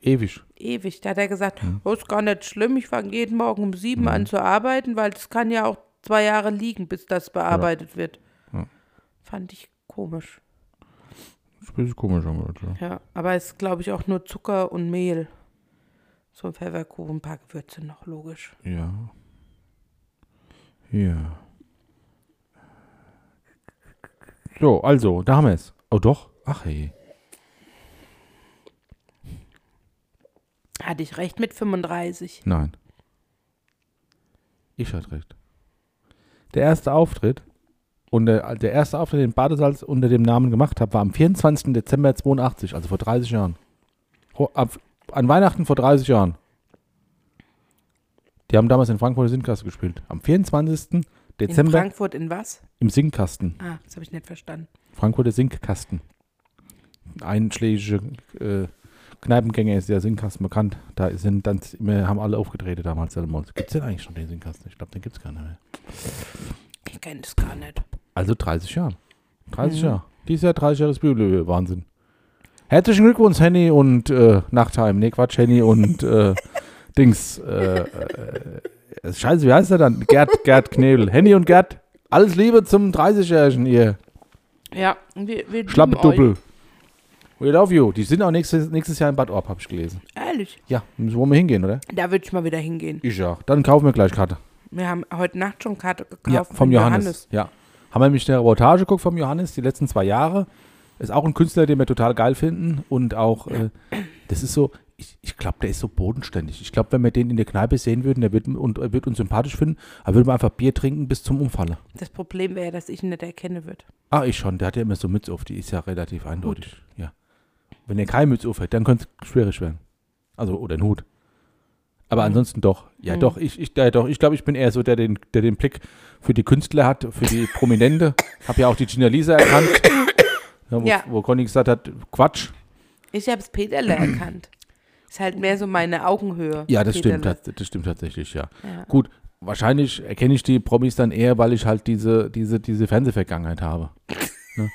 Ewig. Ewig. Da hat er gesagt, Hm. das ist gar nicht schlimm. Ich fange jeden Morgen um sieben an zu arbeiten, weil es kann ja auch zwei Jahre liegen, bis das bearbeitet wird. Ja. Fand ich komisch. Das ist ein bisschen komisch angehört, ja. Ja, aber es ist, glaube ich, auch nur Zucker und Mehl. So ein Pfefferkuchen, ein paar Gewürze noch, logisch. Ja. Ja. So, also, da haben wir es. Oh doch. Ach hey. Hatte ich recht mit 35. Nein. Ich hatte recht. Der erste Auftritt, und der, der erste Auftritt, den Badesalz unter dem Namen gemacht habe, war am 24. Dezember 82, also vor 30 Jahren. Ho- ab- An Weihnachten vor 30 Jahren. Die haben damals in Frankfurt die Singkasse gespielt. Am 24. In Dezember Frankfurt in was? im Singkasten. Ah, das habe ich nicht verstanden. Frankfurter Sinkkasten. Einschlägige äh, Kneipengänge ist der Sinkkasten bekannt. Da sind dann immer, haben alle aufgetreten damals. Gibt es denn eigentlich schon den Sinkkasten? Ich glaube, den gibt es gar nicht mehr. Ich kenne das gar nicht. Also 30 Jahre. 30 Jahre. Dieses Jahr 30 Jahre Büble. Wahnsinn. Herzlichen Glückwunsch, Henny und äh, Nachtheim. Nee, Quatsch, Henny und äh, Dings. Äh, äh, äh, scheiße, wie heißt er dann? Gerd, Gerd Knebel. Henny und Gerd. Alles Liebe zum 30-Jährigen, ihr Ja, wir, wir Schlappe lieben euch. Doppel. We love you. Die sind auch nächstes, nächstes Jahr in Bad Orb, habe ich gelesen. Ehrlich, Ja, müssen wir mal hingehen, oder? da würde ich mal wieder hingehen. Ich ja. Dann kaufen wir gleich Karte. Wir haben heute Nacht schon Karte gekauft. Ja, vom mit Johannes. Ja. Haben wir nämlich eine Reportage geguckt vom Johannes, die letzten zwei Jahre. Ist auch ein Künstler, den wir total geil finden. Und auch, äh, das ist so, ich, ich glaube, der ist so bodenständig. Ich glaube, wenn wir den in der Kneipe sehen würden, der wird, und, er wird uns sympathisch finden, er würde mal einfach Bier trinken bis zum Umfalle. Das Problem wäre, dass ich ihn nicht erkennen würde. Ah, ich schon. Der hat ja immer so Mütze auf. Die ist ja relativ eindeutig. Ja. Wenn er keine Mütze auf hat, dann könnte es schwierig werden. Also, oder ein Hut. Mhm. Aber ansonsten doch. Ja, doch. Ich, ich, ja, doch. Ich glaube, ich bin eher so, der den, der den Blick für die Künstler hat, für die Prominente. Hab ja auch die Gina Lisa erkannt. Ja, wo, Ja. wo Conny gesagt hat, Quatsch. Ich habe es Peterle erkannt. Ist halt mehr so meine Augenhöhe. Ja, das stimmt, Peterle. tats- das stimmt tatsächlich, ja. Ja. Gut, wahrscheinlich erkenne ich die Promis dann eher, weil ich halt diese, diese, diese Fernsehvergangenheit habe. ne?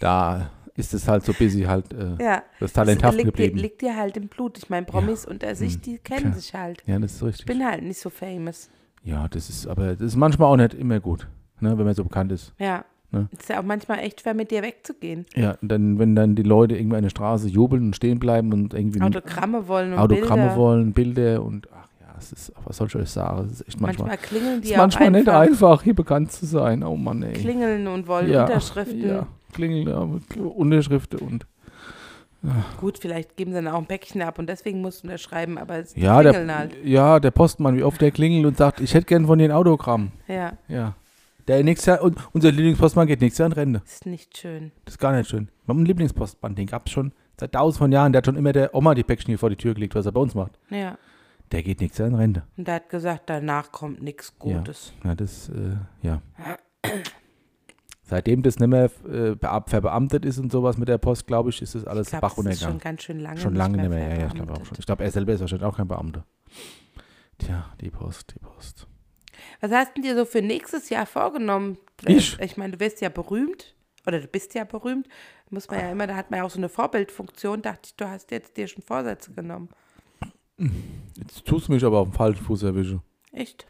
Da ist es halt so busy halt äh, Ja. das Talent haften liegt, dir, geblieben. Mhm. liegt dir halt im Blut. Ich meine, Promis unter sich, die kennen Klar. sich halt. ja, das ist Ich richtig. bin halt nicht so famous. Ja, das ist, aber das ist manchmal auch nicht immer gut, ne, wenn man so bekannt ist. Ja. Ne? Ist ja auch manchmal echt schwer, mit dir wegzugehen. Ja, und dann, wenn dann die Leute irgendwie an der Straße jubeln und stehen bleiben und irgendwie Autogramme wollen und Autogramme Bilder. wollen, Bilder und ach ja, es ist, was soll ich euch sagen, es ist echt manchmal, Manchmal klingeln die ist auch manchmal nicht einfach. einfach, hier bekannt zu sein. Oh Mann, ey. Klingeln und wollen Unterschriften. Ja, Klingel, ja, mit Unterschriften und. Gut, vielleicht geben sie dann auch ein Päckchen ab und deswegen musst du unterschreiben, aber es Ja klingeln der, halt. ja, der Postmann, wie oft der klingelt und sagt, ich hätte gern von dir ein Autogramm. Ja, Ja. Der nächste Jahr, und unser Lieblingspostmann geht nächstes Jahr in Rente. ist nicht schön. Das ist gar nicht schön. Wir haben einen Lieblingspostmann, den gab es schon seit tausend von Jahren. Der hat schon immer der Oma die Päckchen hier vor die Tür gelegt, was er bei uns macht. Ja. Der geht nächstes Jahr in Rente. Und er hat gesagt, danach kommt nichts Gutes. Ja, ja das, äh, ja. Seitdem das nicht mehr äh, bea- verbeamtet ist und sowas mit der Post, glaube ich, ist das alles Ich glaub, Bach das ist schon runtergegangen. ganz schön lange. Schon lange nicht mehr, ja, ja, ich glaube auch verbeamtet. schon. Ich glaube, er selber ist wahrscheinlich auch kein Beamter. Tja, die Post, die Post. Was hast du dir so für nächstes Jahr vorgenommen? Äh, Ich? Ich meine, du wirst ja berühmt oder du bist ja berühmt. Muss man ja immer, da hat man ja auch so eine Vorbildfunktion. Dachte ich, du hast jetzt dir schon Vorsätze genommen. Jetzt tust du mich aber auf den falschen Fuß erwischen. Echt?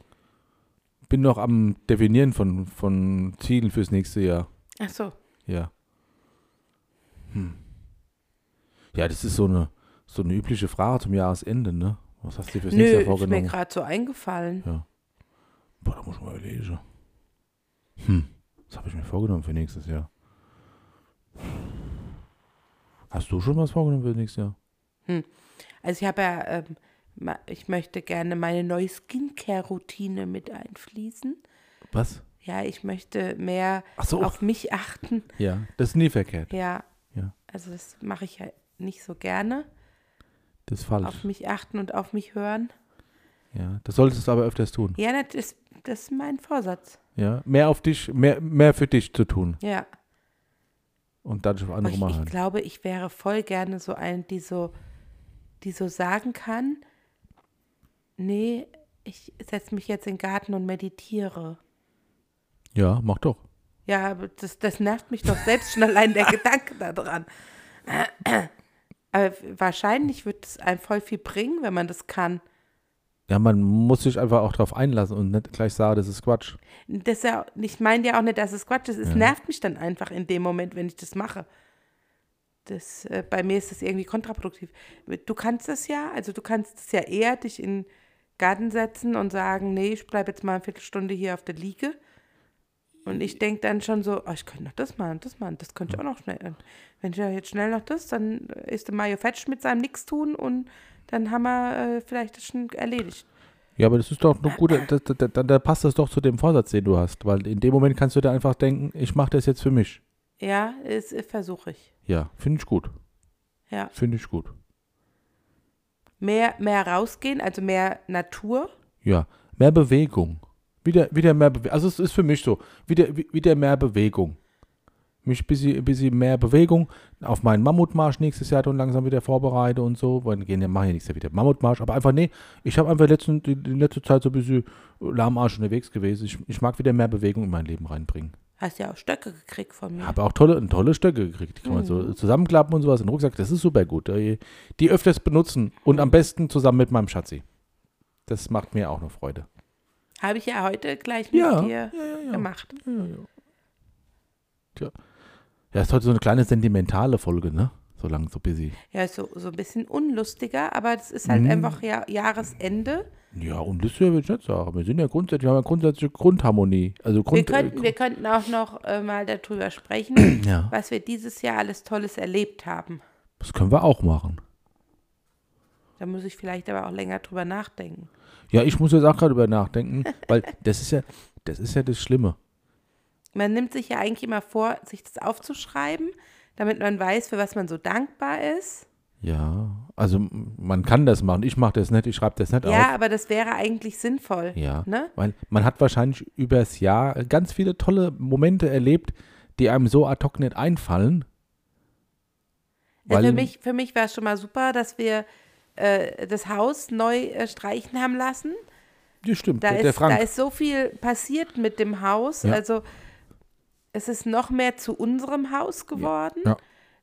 Bin noch am Definieren von, von Zielen fürs nächste Jahr. Ach so. Ja. Hm. Ja, das ist so eine, so eine übliche Frage zum Jahresende, ne? Was hast du dir fürs nächste Nö, Jahr ist mir vorgenommen? gerade so eingefallen. Boah, da muss ich mal überlegen. Hm, was habe ich mir vorgenommen für nächstes Jahr? Hast du schon was vorgenommen für nächstes Jahr? Also ich habe ja, ähm, ma- ich möchte gerne meine neue Skincare-Routine mit einfließen. Was? Ja, ich möchte mehr Ach so. auf mich achten. Ja, das ist nie verkehrt. Ja. Ja. Also das mache ich ja nicht so gerne. Das ist falsch. Auf mich achten und auf mich hören. Ja, das solltest du aber öfters tun. Ja, das ist, das ist mein Vorsatz. Ja, mehr auf dich, mehr, mehr für dich zu tun Ja. und dann auf Aber andere Ich, mal ich hören. glaube, ich wäre voll gerne so eine, die so, die so sagen kann, nee, ich setze mich jetzt in den Garten und meditiere. Ja, mach doch. Ja, aber das, das nervt mich doch selbst schon allein der Gedanke daran. Aber wahrscheinlich wird es einem voll viel bringen, wenn man das kann. Ja, man muss sich einfach auch drauf einlassen und nicht gleich sagen, das ist Quatsch. Das ist ja, ich meine ja auch nicht, dass es Quatsch ist. Es nervt mich dann einfach in dem Moment, wenn ich das mache. Das, äh, bei mir ist das irgendwie kontraproduktiv. Du kannst das ja, also du kannst es ja eher dich in den Garten setzen und sagen, nee, ich bleibe jetzt mal eine Viertelstunde hier auf der Liege. Und ich denke dann schon so, oh, ich könnte noch das machen, das machen, das könnte ich auch noch schnell. Und wenn ich ja jetzt schnell noch das, dann äh, ist der Mario Fetsch mit seinem Nix tun und dann haben wir äh, vielleicht das schon erledigt. Ja, aber das ist doch eine gute, da, da, da, da passt das doch zu dem Vorsatz, den du hast. Weil in dem Moment kannst du dir einfach denken, ich mache das jetzt für mich. Ja, es äh, versuche ich. Ja, finde ich gut. Ja. Finde ich gut. Mehr, mehr rausgehen, also mehr Natur. Ja, mehr Bewegung. Wieder, wieder mehr Bewegung. Also es ist für mich so, wieder, wi- wieder mehr Bewegung. Mich ein bisschen, ein bisschen mehr Bewegung auf meinen Mammutmarsch nächstes Jahr und langsam wieder vorbereite und so. Weil gehen ja, machen ja nächstes Jahr wieder Mammutmarsch. Aber einfach, nee, ich habe einfach letzten, die, die letzte Zeit so ein bisschen lahmarsch unterwegs gewesen. Ich, ich mag wieder mehr Bewegung in mein Leben reinbringen. Hast ja auch Stöcke gekriegt von mir. Habe auch tolle, tolle Stöcke gekriegt. Die kann man so zusammenklappen und sowas in den Rucksack. Das ist super gut. Äh, Die öfters benutzen und am besten zusammen mit meinem Schatzi. Das macht mir auch eine Freude. Habe ich ja heute gleich mit Ja, dir gemacht. Ja, ist heute so eine kleine sentimentale Folge, ne? So lang, so busy. Ja, ist so, so ein bisschen unlustiger, aber das ist halt Mhm. einfach ja, Jahresende. Ja, und das hier will ich nicht sagen. Wir sind ja grundsätzlich, haben ja grundsätzliche Grundharmonie. Also Wir Grund, könnten, wir äh, könnten auch noch äh, mal darüber sprechen, Ja. was wir dieses Jahr alles Tolles erlebt haben. das können wir auch machen. Da muss ich vielleicht aber auch länger drüber nachdenken. Ja, ich muss jetzt auch gerade über nachdenken, weil das ist ja, das ist ja das Schlimme. Man nimmt sich ja eigentlich immer vor, sich das aufzuschreiben, damit man weiß, für was man so dankbar ist. Ja, also m- man kann das machen. Ich mache das nicht, ich schreibe das nicht auf. Ja, aber das wäre eigentlich sinnvoll. Ja, Ne? weil man hat wahrscheinlich übers Jahr ganz viele tolle Momente erlebt, die einem so ad hoc nicht einfallen. Ja, Weil- für mich, für mich war es schon mal super, dass wir äh, das Haus neu äh, streichen haben lassen. Ja, stimmt, Da, der, ist, der Frank. da ist so viel passiert mit dem Haus. Ja. Also es ist noch mehr zu unserem Haus geworden. ja.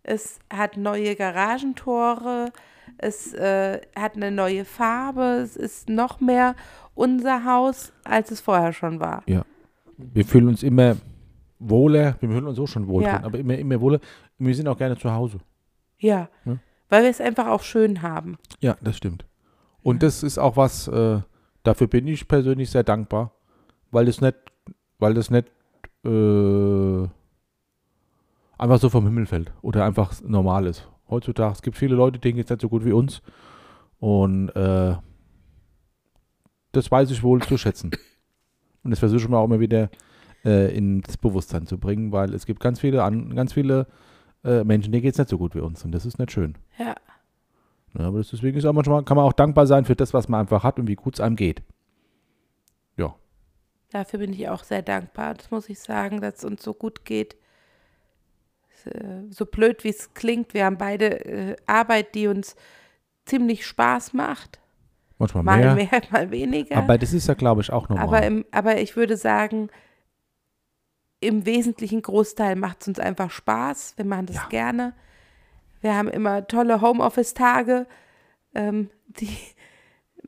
Es hat neue Garagentore. Es äh, hat eine neue Farbe. Es ist noch mehr unser Haus, als es vorher schon war. ja. Wir fühlen uns immer wohler, wir fühlen uns auch schon wohl Ja. drin, aber immer, immer wohler. Wir sind auch gerne zu Hause. Ja, Ja. weil wir es einfach auch schön haben. Ja, das stimmt. Und das ist auch was, äh, dafür bin ich persönlich sehr dankbar, weil das nicht, weil das nicht äh, einfach so vom Himmel fällt oder einfach normal ist. Heutzutage, es gibt viele Leute, denen geht es nicht so gut wie uns. Und äh, das weiß ich wohl zu schätzen. Und das versuche ich mir auch immer wieder äh, ins Bewusstsein zu bringen, weil es gibt ganz viele, an, ganz viele äh, Menschen, denen geht es nicht so gut wie uns. Und das ist nicht schön. Ja. Ja, aber das deswegen ist auch manchmal, kann man auch dankbar sein für das, was man einfach hat und wie gut es einem geht. Ja, Dafür bin ich auch sehr dankbar. Das muss ich sagen, dass es uns so gut geht. S- äh, So blöd wie es klingt, wir haben beide äh, Arbeit, die uns ziemlich Spaß macht. manchmal Mal mehr. mehr, mal weniger. Aber das ist ja, glaube ich, auch aber, normal. im, aber ich würde sagen, im wesentlichen Großteil macht es uns einfach Spaß. Wir machen das Ja. gerne. Wir haben immer tolle Homeoffice-Tage, ähm, die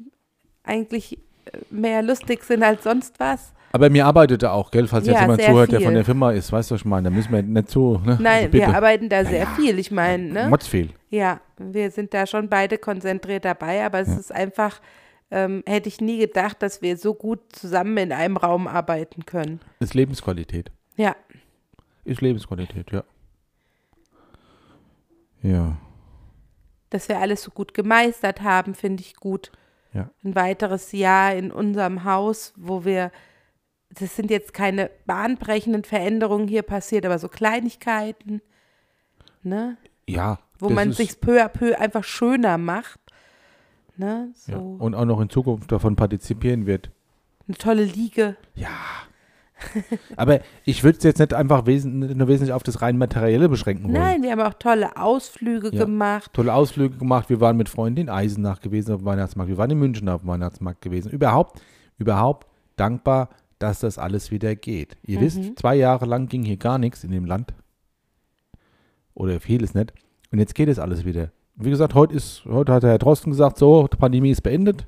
eigentlich äh, mehr lustig sind als sonst was. Aber, mir arbeitet er auch, gell? Falls jetzt Ja, jemand sehr zuhört, der viel. von der Firma ist, weißt du, was ich meine? Da müssen wir nicht so, ne? Nein, also bitte. wir arbeiten da sehr viel, ich meine, ne? Motz viel. Ja, wir sind da schon beide konzentriert dabei, aber es ist einfach, ähm, hätte ich nie gedacht, dass wir so gut zusammen in einem Raum arbeiten können. Ist Lebensqualität. Ja, Ist Lebensqualität, ja. Ja. dass wir alles so gut gemeistert haben, finde ich gut. Ja. Ein weiteres Jahr in unserem Haus, wo wir, das sind jetzt keine bahnbrechenden Veränderungen hier passiert, aber so Kleinigkeiten, ne? Ja. Wo das man ist- sich peu à peu einfach schöner macht. Ne? So ja. Und auch noch in Zukunft davon partizipieren wird. eine tolle Liege. Ja. Aber ich würde es jetzt nicht einfach wesen, nur wesentlich auf das rein Materielle beschränken wollen. Nein, wir haben auch tolle Ausflüge Ja. gemacht. tolle Ausflüge gemacht. Wir waren mit Freunden in Eisenach gewesen auf dem Weihnachtsmarkt. Wir waren in München auf dem Weihnachtsmarkt gewesen. Überhaupt, überhaupt dankbar dass das alles wieder geht. Ihr wisst, zwei Jahre lang ging hier gar nichts in dem Land. Oder vieles nicht. Und jetzt geht es alles wieder. Wie gesagt, heute, ist, heute hat der Herr Drosten gesagt, so, die Pandemie ist beendet.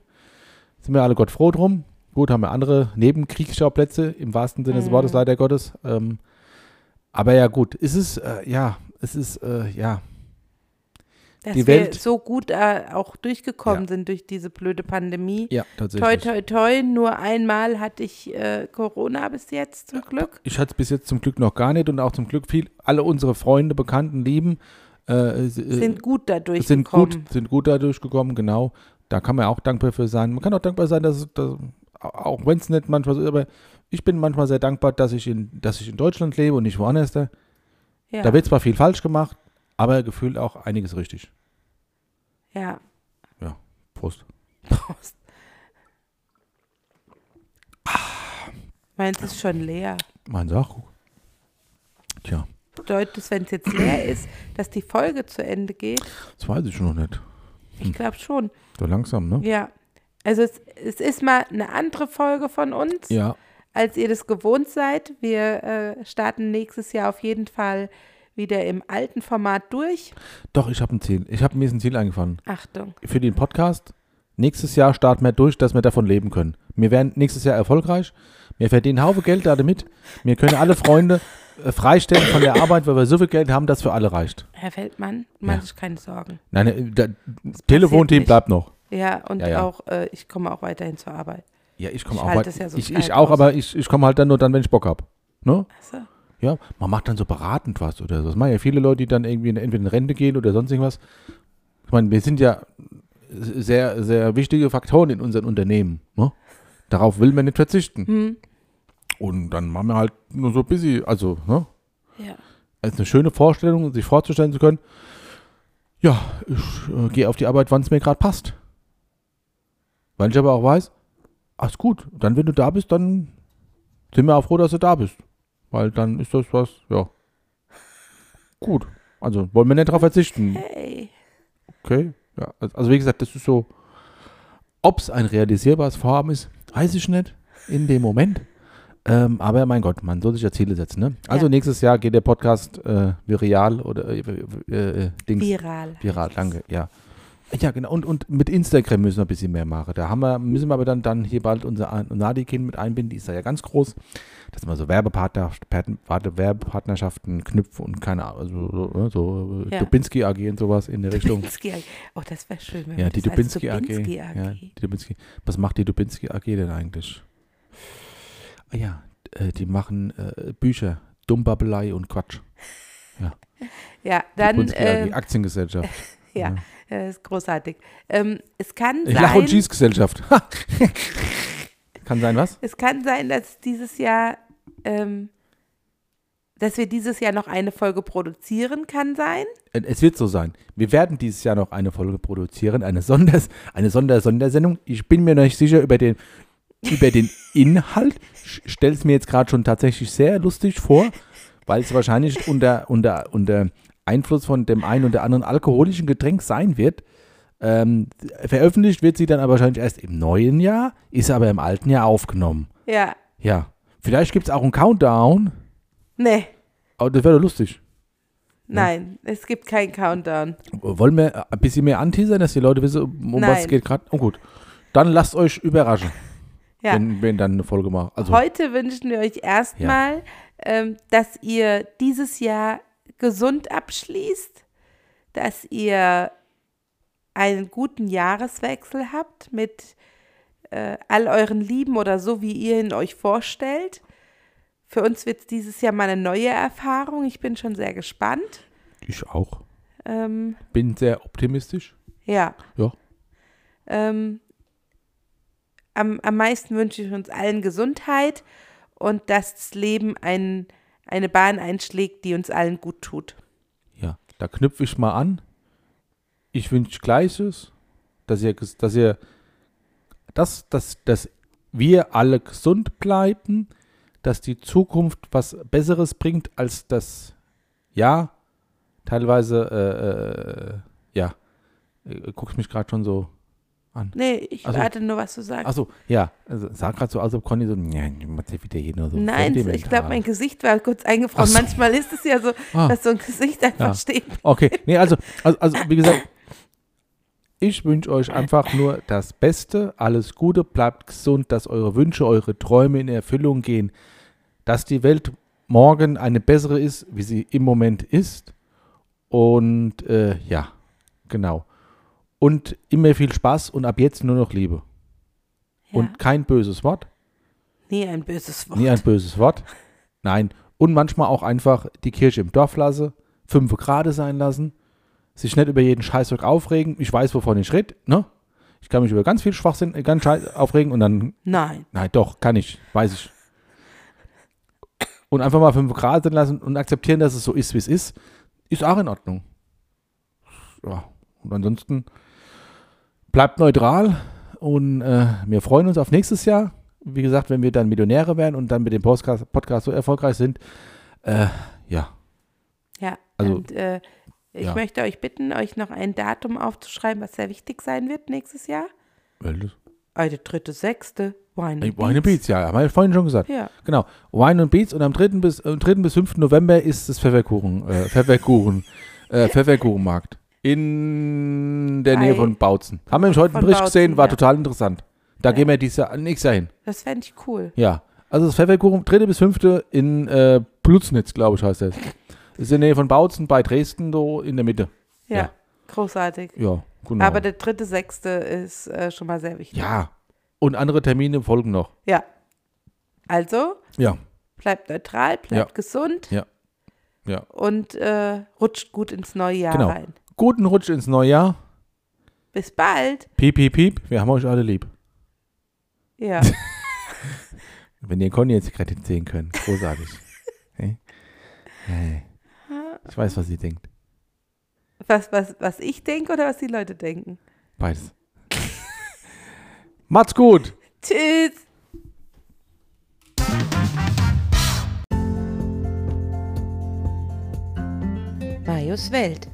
Sind wir alle Gott froh drum. Gut, haben wir andere Nebenkriegsschauplätze, im wahrsten Sinne des Wortes, leider Gottes. Ähm, aber ja, gut, es ist, äh, ja, es ist, äh, ja, Dass Die wir Welt- so gut äh, auch durchgekommen Ja. sind durch diese blöde Pandemie. ja, tatsächlich. Toi, toi, toi, nur einmal hatte ich äh, Corona bis jetzt zum Glück. Ich hatte es bis jetzt zum Glück noch gar nicht und auch zum Glück viel, alle unsere Freunde, Bekannten, Lieben äh, Sind gut dadurch sind gekommen. gut, sind gut dadurch gekommen, genau. Da kann man auch dankbar für sein. Man kann auch dankbar sein, dass, es- dass auch wenn es nicht manchmal so ist, aber ich bin manchmal sehr dankbar, dass ich in, dass ich in Deutschland lebe und nicht woanders. Da, Ja. da wird zwar viel falsch gemacht, aber gefühlt auch einiges richtig. ja. Ja, Prost. Prost. Ah. Meins ist schon leer. Mein Sach. Tja, Bedeutet es, wenn es jetzt leer ist, dass die Folge zu Ende geht? das weiß ich noch nicht. Hm. Ich glaube schon. So langsam, ne? Ja. Also es, es ist mal eine andere Folge von uns, Ja, als ihr das gewohnt seid. Wir äh, starten nächstes Jahr auf jeden Fall wieder im alten Format durch. doch, ich habe ein Ziel. Ich habe mir ist ein Ziel eingefahren. Achtung. für den Podcast. Nächstes Jahr starten wir durch, dass wir davon leben können. Wir werden nächstes Jahr erfolgreich. Wir verdienen Haufe Geld damit. Wir können alle Freunde äh, freistellen von der Arbeit, weil wir so viel Geld haben, dass für alle reicht. Herr Feldmann, mach sich keine Sorgen. Nein, äh, da, Telefonteam nicht. bleibt noch. Ja, und Ja, ja. auch, äh, ich komme auch weiterhin zur Arbeit. Ja, ich komme Ich auch. halte weit- es ja so ich, kalt ich auch, aus. aber ich, ich komme halt dann nur dann, wenn ich Bock habe. Ne? Also, Ja, man macht dann so beratend was oder so. Das machen ja viele Leute, die dann irgendwie in, entweder in Rente gehen oder sonst irgendwas. Ich meine, wir sind ja sehr, sehr wichtige Faktoren in unseren Unternehmen. Ne? Darauf will man nicht verzichten. Hm? Und dann machen wir halt nur so busy. Also, ne? ja. Es ist eine schöne Vorstellung, sich vorzustellen zu können. Ja, ich äh, gehe auf die Arbeit, wann es mir gerade passt. Weil ich aber auch weiß, ach ist gut, dann wenn du da bist, dann sind wir auch froh, dass du da bist. Weil dann ist das was, ja. Gut. Also wollen wir nicht darauf verzichten. Hey. Okay. Ja, also, also wie gesagt, das ist so, ob es ein realisierbares Vorhaben ist, weiß ich nicht in dem Moment. Ähm, aber mein Gott, man soll sich ja Ziele setzen. Ne? Also Ja. nächstes Jahr geht der Podcast äh, viral oder äh, äh, äh, Dings. Viral. Viral, danke, ja. Ja, genau. Und, und mit Instagram müssen wir ein bisschen mehr machen. Da haben wir, müssen wir aber dann, dann hier bald unser An- Nadi-Kind mit einbinden. Die ist da ja ganz groß. Dass man so Werbepartner, Pat- Warte- Werbepartnerschaften knüpft und keine Ahnung, also so, so äh, Ja. Dubinski AG und sowas in der Richtung. Dubinski AG. Oh, das wäre schön, wenn Ja, wir die das als Dubinski AG. Dubinski AG. Ja, die Dubinski. Was macht die Dubinski AG denn eigentlich? Ah ja, äh, die machen äh, Bücher, Dummbabelei und Quatsch. Ja, dann, Dubinski äh, AG, Aktiengesellschaft. ja, äh, ist großartig. Ähm, es kann Lach- und sein, Schießgesellschaft. Kann sein, was? es kann sein, dass dieses Jahr, ähm, dass wir dieses Jahr noch eine Folge produzieren, kann sein. Äh, Es wird so sein. Wir werden dieses Jahr noch eine Folge produzieren, eine, Sonders, eine Sonder Sondersendung. Ich bin mir noch nicht sicher über den, über den Inhalt. Stelle es mir jetzt gerade schon tatsächlich sehr lustig vor, weil es wahrscheinlich unter, unter, unter Einfluss von dem einen oder anderen alkoholischen Getränk sein wird. Ähm, veröffentlicht wird sie dann aber wahrscheinlich erst im neuen Jahr, ist aber im alten Jahr aufgenommen. Ja, Ja. Vielleicht gibt es auch einen Countdown. nee, Aber das wäre doch lustig. nein, es gibt keinen Countdown. Wollen wir ein bisschen mehr anteasern, dass die Leute wissen, um um was es Nein. geht gerade? Oh gut. Dann lasst euch überraschen, Ja. wenn, wenn dann eine Folge macht. Also Heute wünschen wir euch erstmal, ähm, dass ihr dieses Jahr gesund abschließt, dass ihr einen guten Jahreswechsel habt mit äh, all euren Lieben oder so, wie ihr ihn euch vorstellt. Für uns wird es dieses Jahr mal eine neue Erfahrung. Ich bin schon sehr gespannt. ich auch. Ähm, Bin sehr optimistisch. ja. Ja. Ähm, am, am meisten wünsche ich uns allen Gesundheit und dass das Leben ein, eine Bahn einschlägt, die uns allen gut tut. Ja. Da knüpfe ich mal an. Ich wünsche Gleiches, dass ihr, ges- dass ihr, dass, dass, dass wir alle gesund bleiben, dass die Zukunft was Besseres bringt als das Jahr. äh, Teilweise, äh, äh, ja, äh, guckst mich gerade schon so an. Nee, ich Ach so. hatte nur was zu sagen. Achso, ja. Also, sah gerade so aus, als ob Conny so, ja, macht ja wieder jeden oder so. Nein, ich sentimental. glaube, mein Gesicht war kurz eingefroren. Ach so. Manchmal ist es ja so, Ah. dass so ein Gesicht einfach Ja. steht. Okay, nee, also, also, also wie gesagt, ich wünsche euch einfach nur das Beste, alles Gute, bleibt gesund, dass eure Wünsche, eure Träume in Erfüllung gehen, dass die Welt morgen eine bessere ist, wie sie im Moment ist. Und äh, ja, genau. Und immer viel Spaß und ab jetzt nur noch Liebe. Ja. Und kein böses Wort, Nie ein böses Wort. nie ein böses Wort. Nein. Und manchmal auch einfach die Kirche im Dorf lassen, fünf gerade sein lassen, sich nicht über jeden Scheißdruck aufregen. Ich weiß, wovon ich rede, ne? Ich kann mich über ganz viel Schwachsinn, äh, ganz Scheiß aufregen und dann, Nein. nein, doch, kann ich, weiß ich. Und einfach mal fünf gerade sein lassen und akzeptieren, dass es so ist, wie es ist, ist auch in Ordnung. Ja. Und ansonsten bleibt neutral und äh, wir freuen uns auf nächstes Jahr. Wie gesagt, wenn wir dann Millionäre werden und dann mit dem Podcast, Podcast so erfolgreich sind. Äh, ja, Ja. Also, und äh, ich ja. möchte euch bitten, euch noch ein Datum aufzuschreiben, was sehr wichtig sein wird nächstes Jahr. Welches? Äh, der dritte, sechste. Wine, and Wine and Beats, ja, haben wir vorhin schon gesagt. Ja. Genau, Wine and Beats und am 3. bis, äh, 3. bis 5. November ist das Pfefferkuchen, äh, Pfefferkuchen, äh, Pfefferkuchenmarkt in der Nähe Ei. von Bautzen. Haben wir nämlich heute Von einen Bericht Bautzen, gesehen, war ja. total interessant. Da gehen wir dieses Jahr, nächstes Jahr hin. Das fände ich cool. Ja, also das Pfefferkuchen, 3. bis 5. in äh, Plutznitz, glaube ich, heißt das. Ist in der Nähe von Bautzen, bei Dresden, so in der Mitte. Ja. Ja. Großartig. Ja, genau. Aber der dritte, sechste ist äh, schon mal sehr wichtig. ja, und andere Termine folgen noch. Ja. Also, Ja, bleibt neutral, bleibt gesund ja, ja. und äh, rutscht gut ins neue Jahr Genau. rein. Guten Rutsch ins neue Jahr. Bis bald. Piep, piep, piep. Wir haben euch alle lieb. Ja. Wenn ihr Conny jetzt gerade sehen könnt, großartig. hey. Hey. Ich weiß, was sie denkt. Was, was, was ich denke oder was die Leute denken. Beides. Macht's gut. Tschüss. Marius Welt.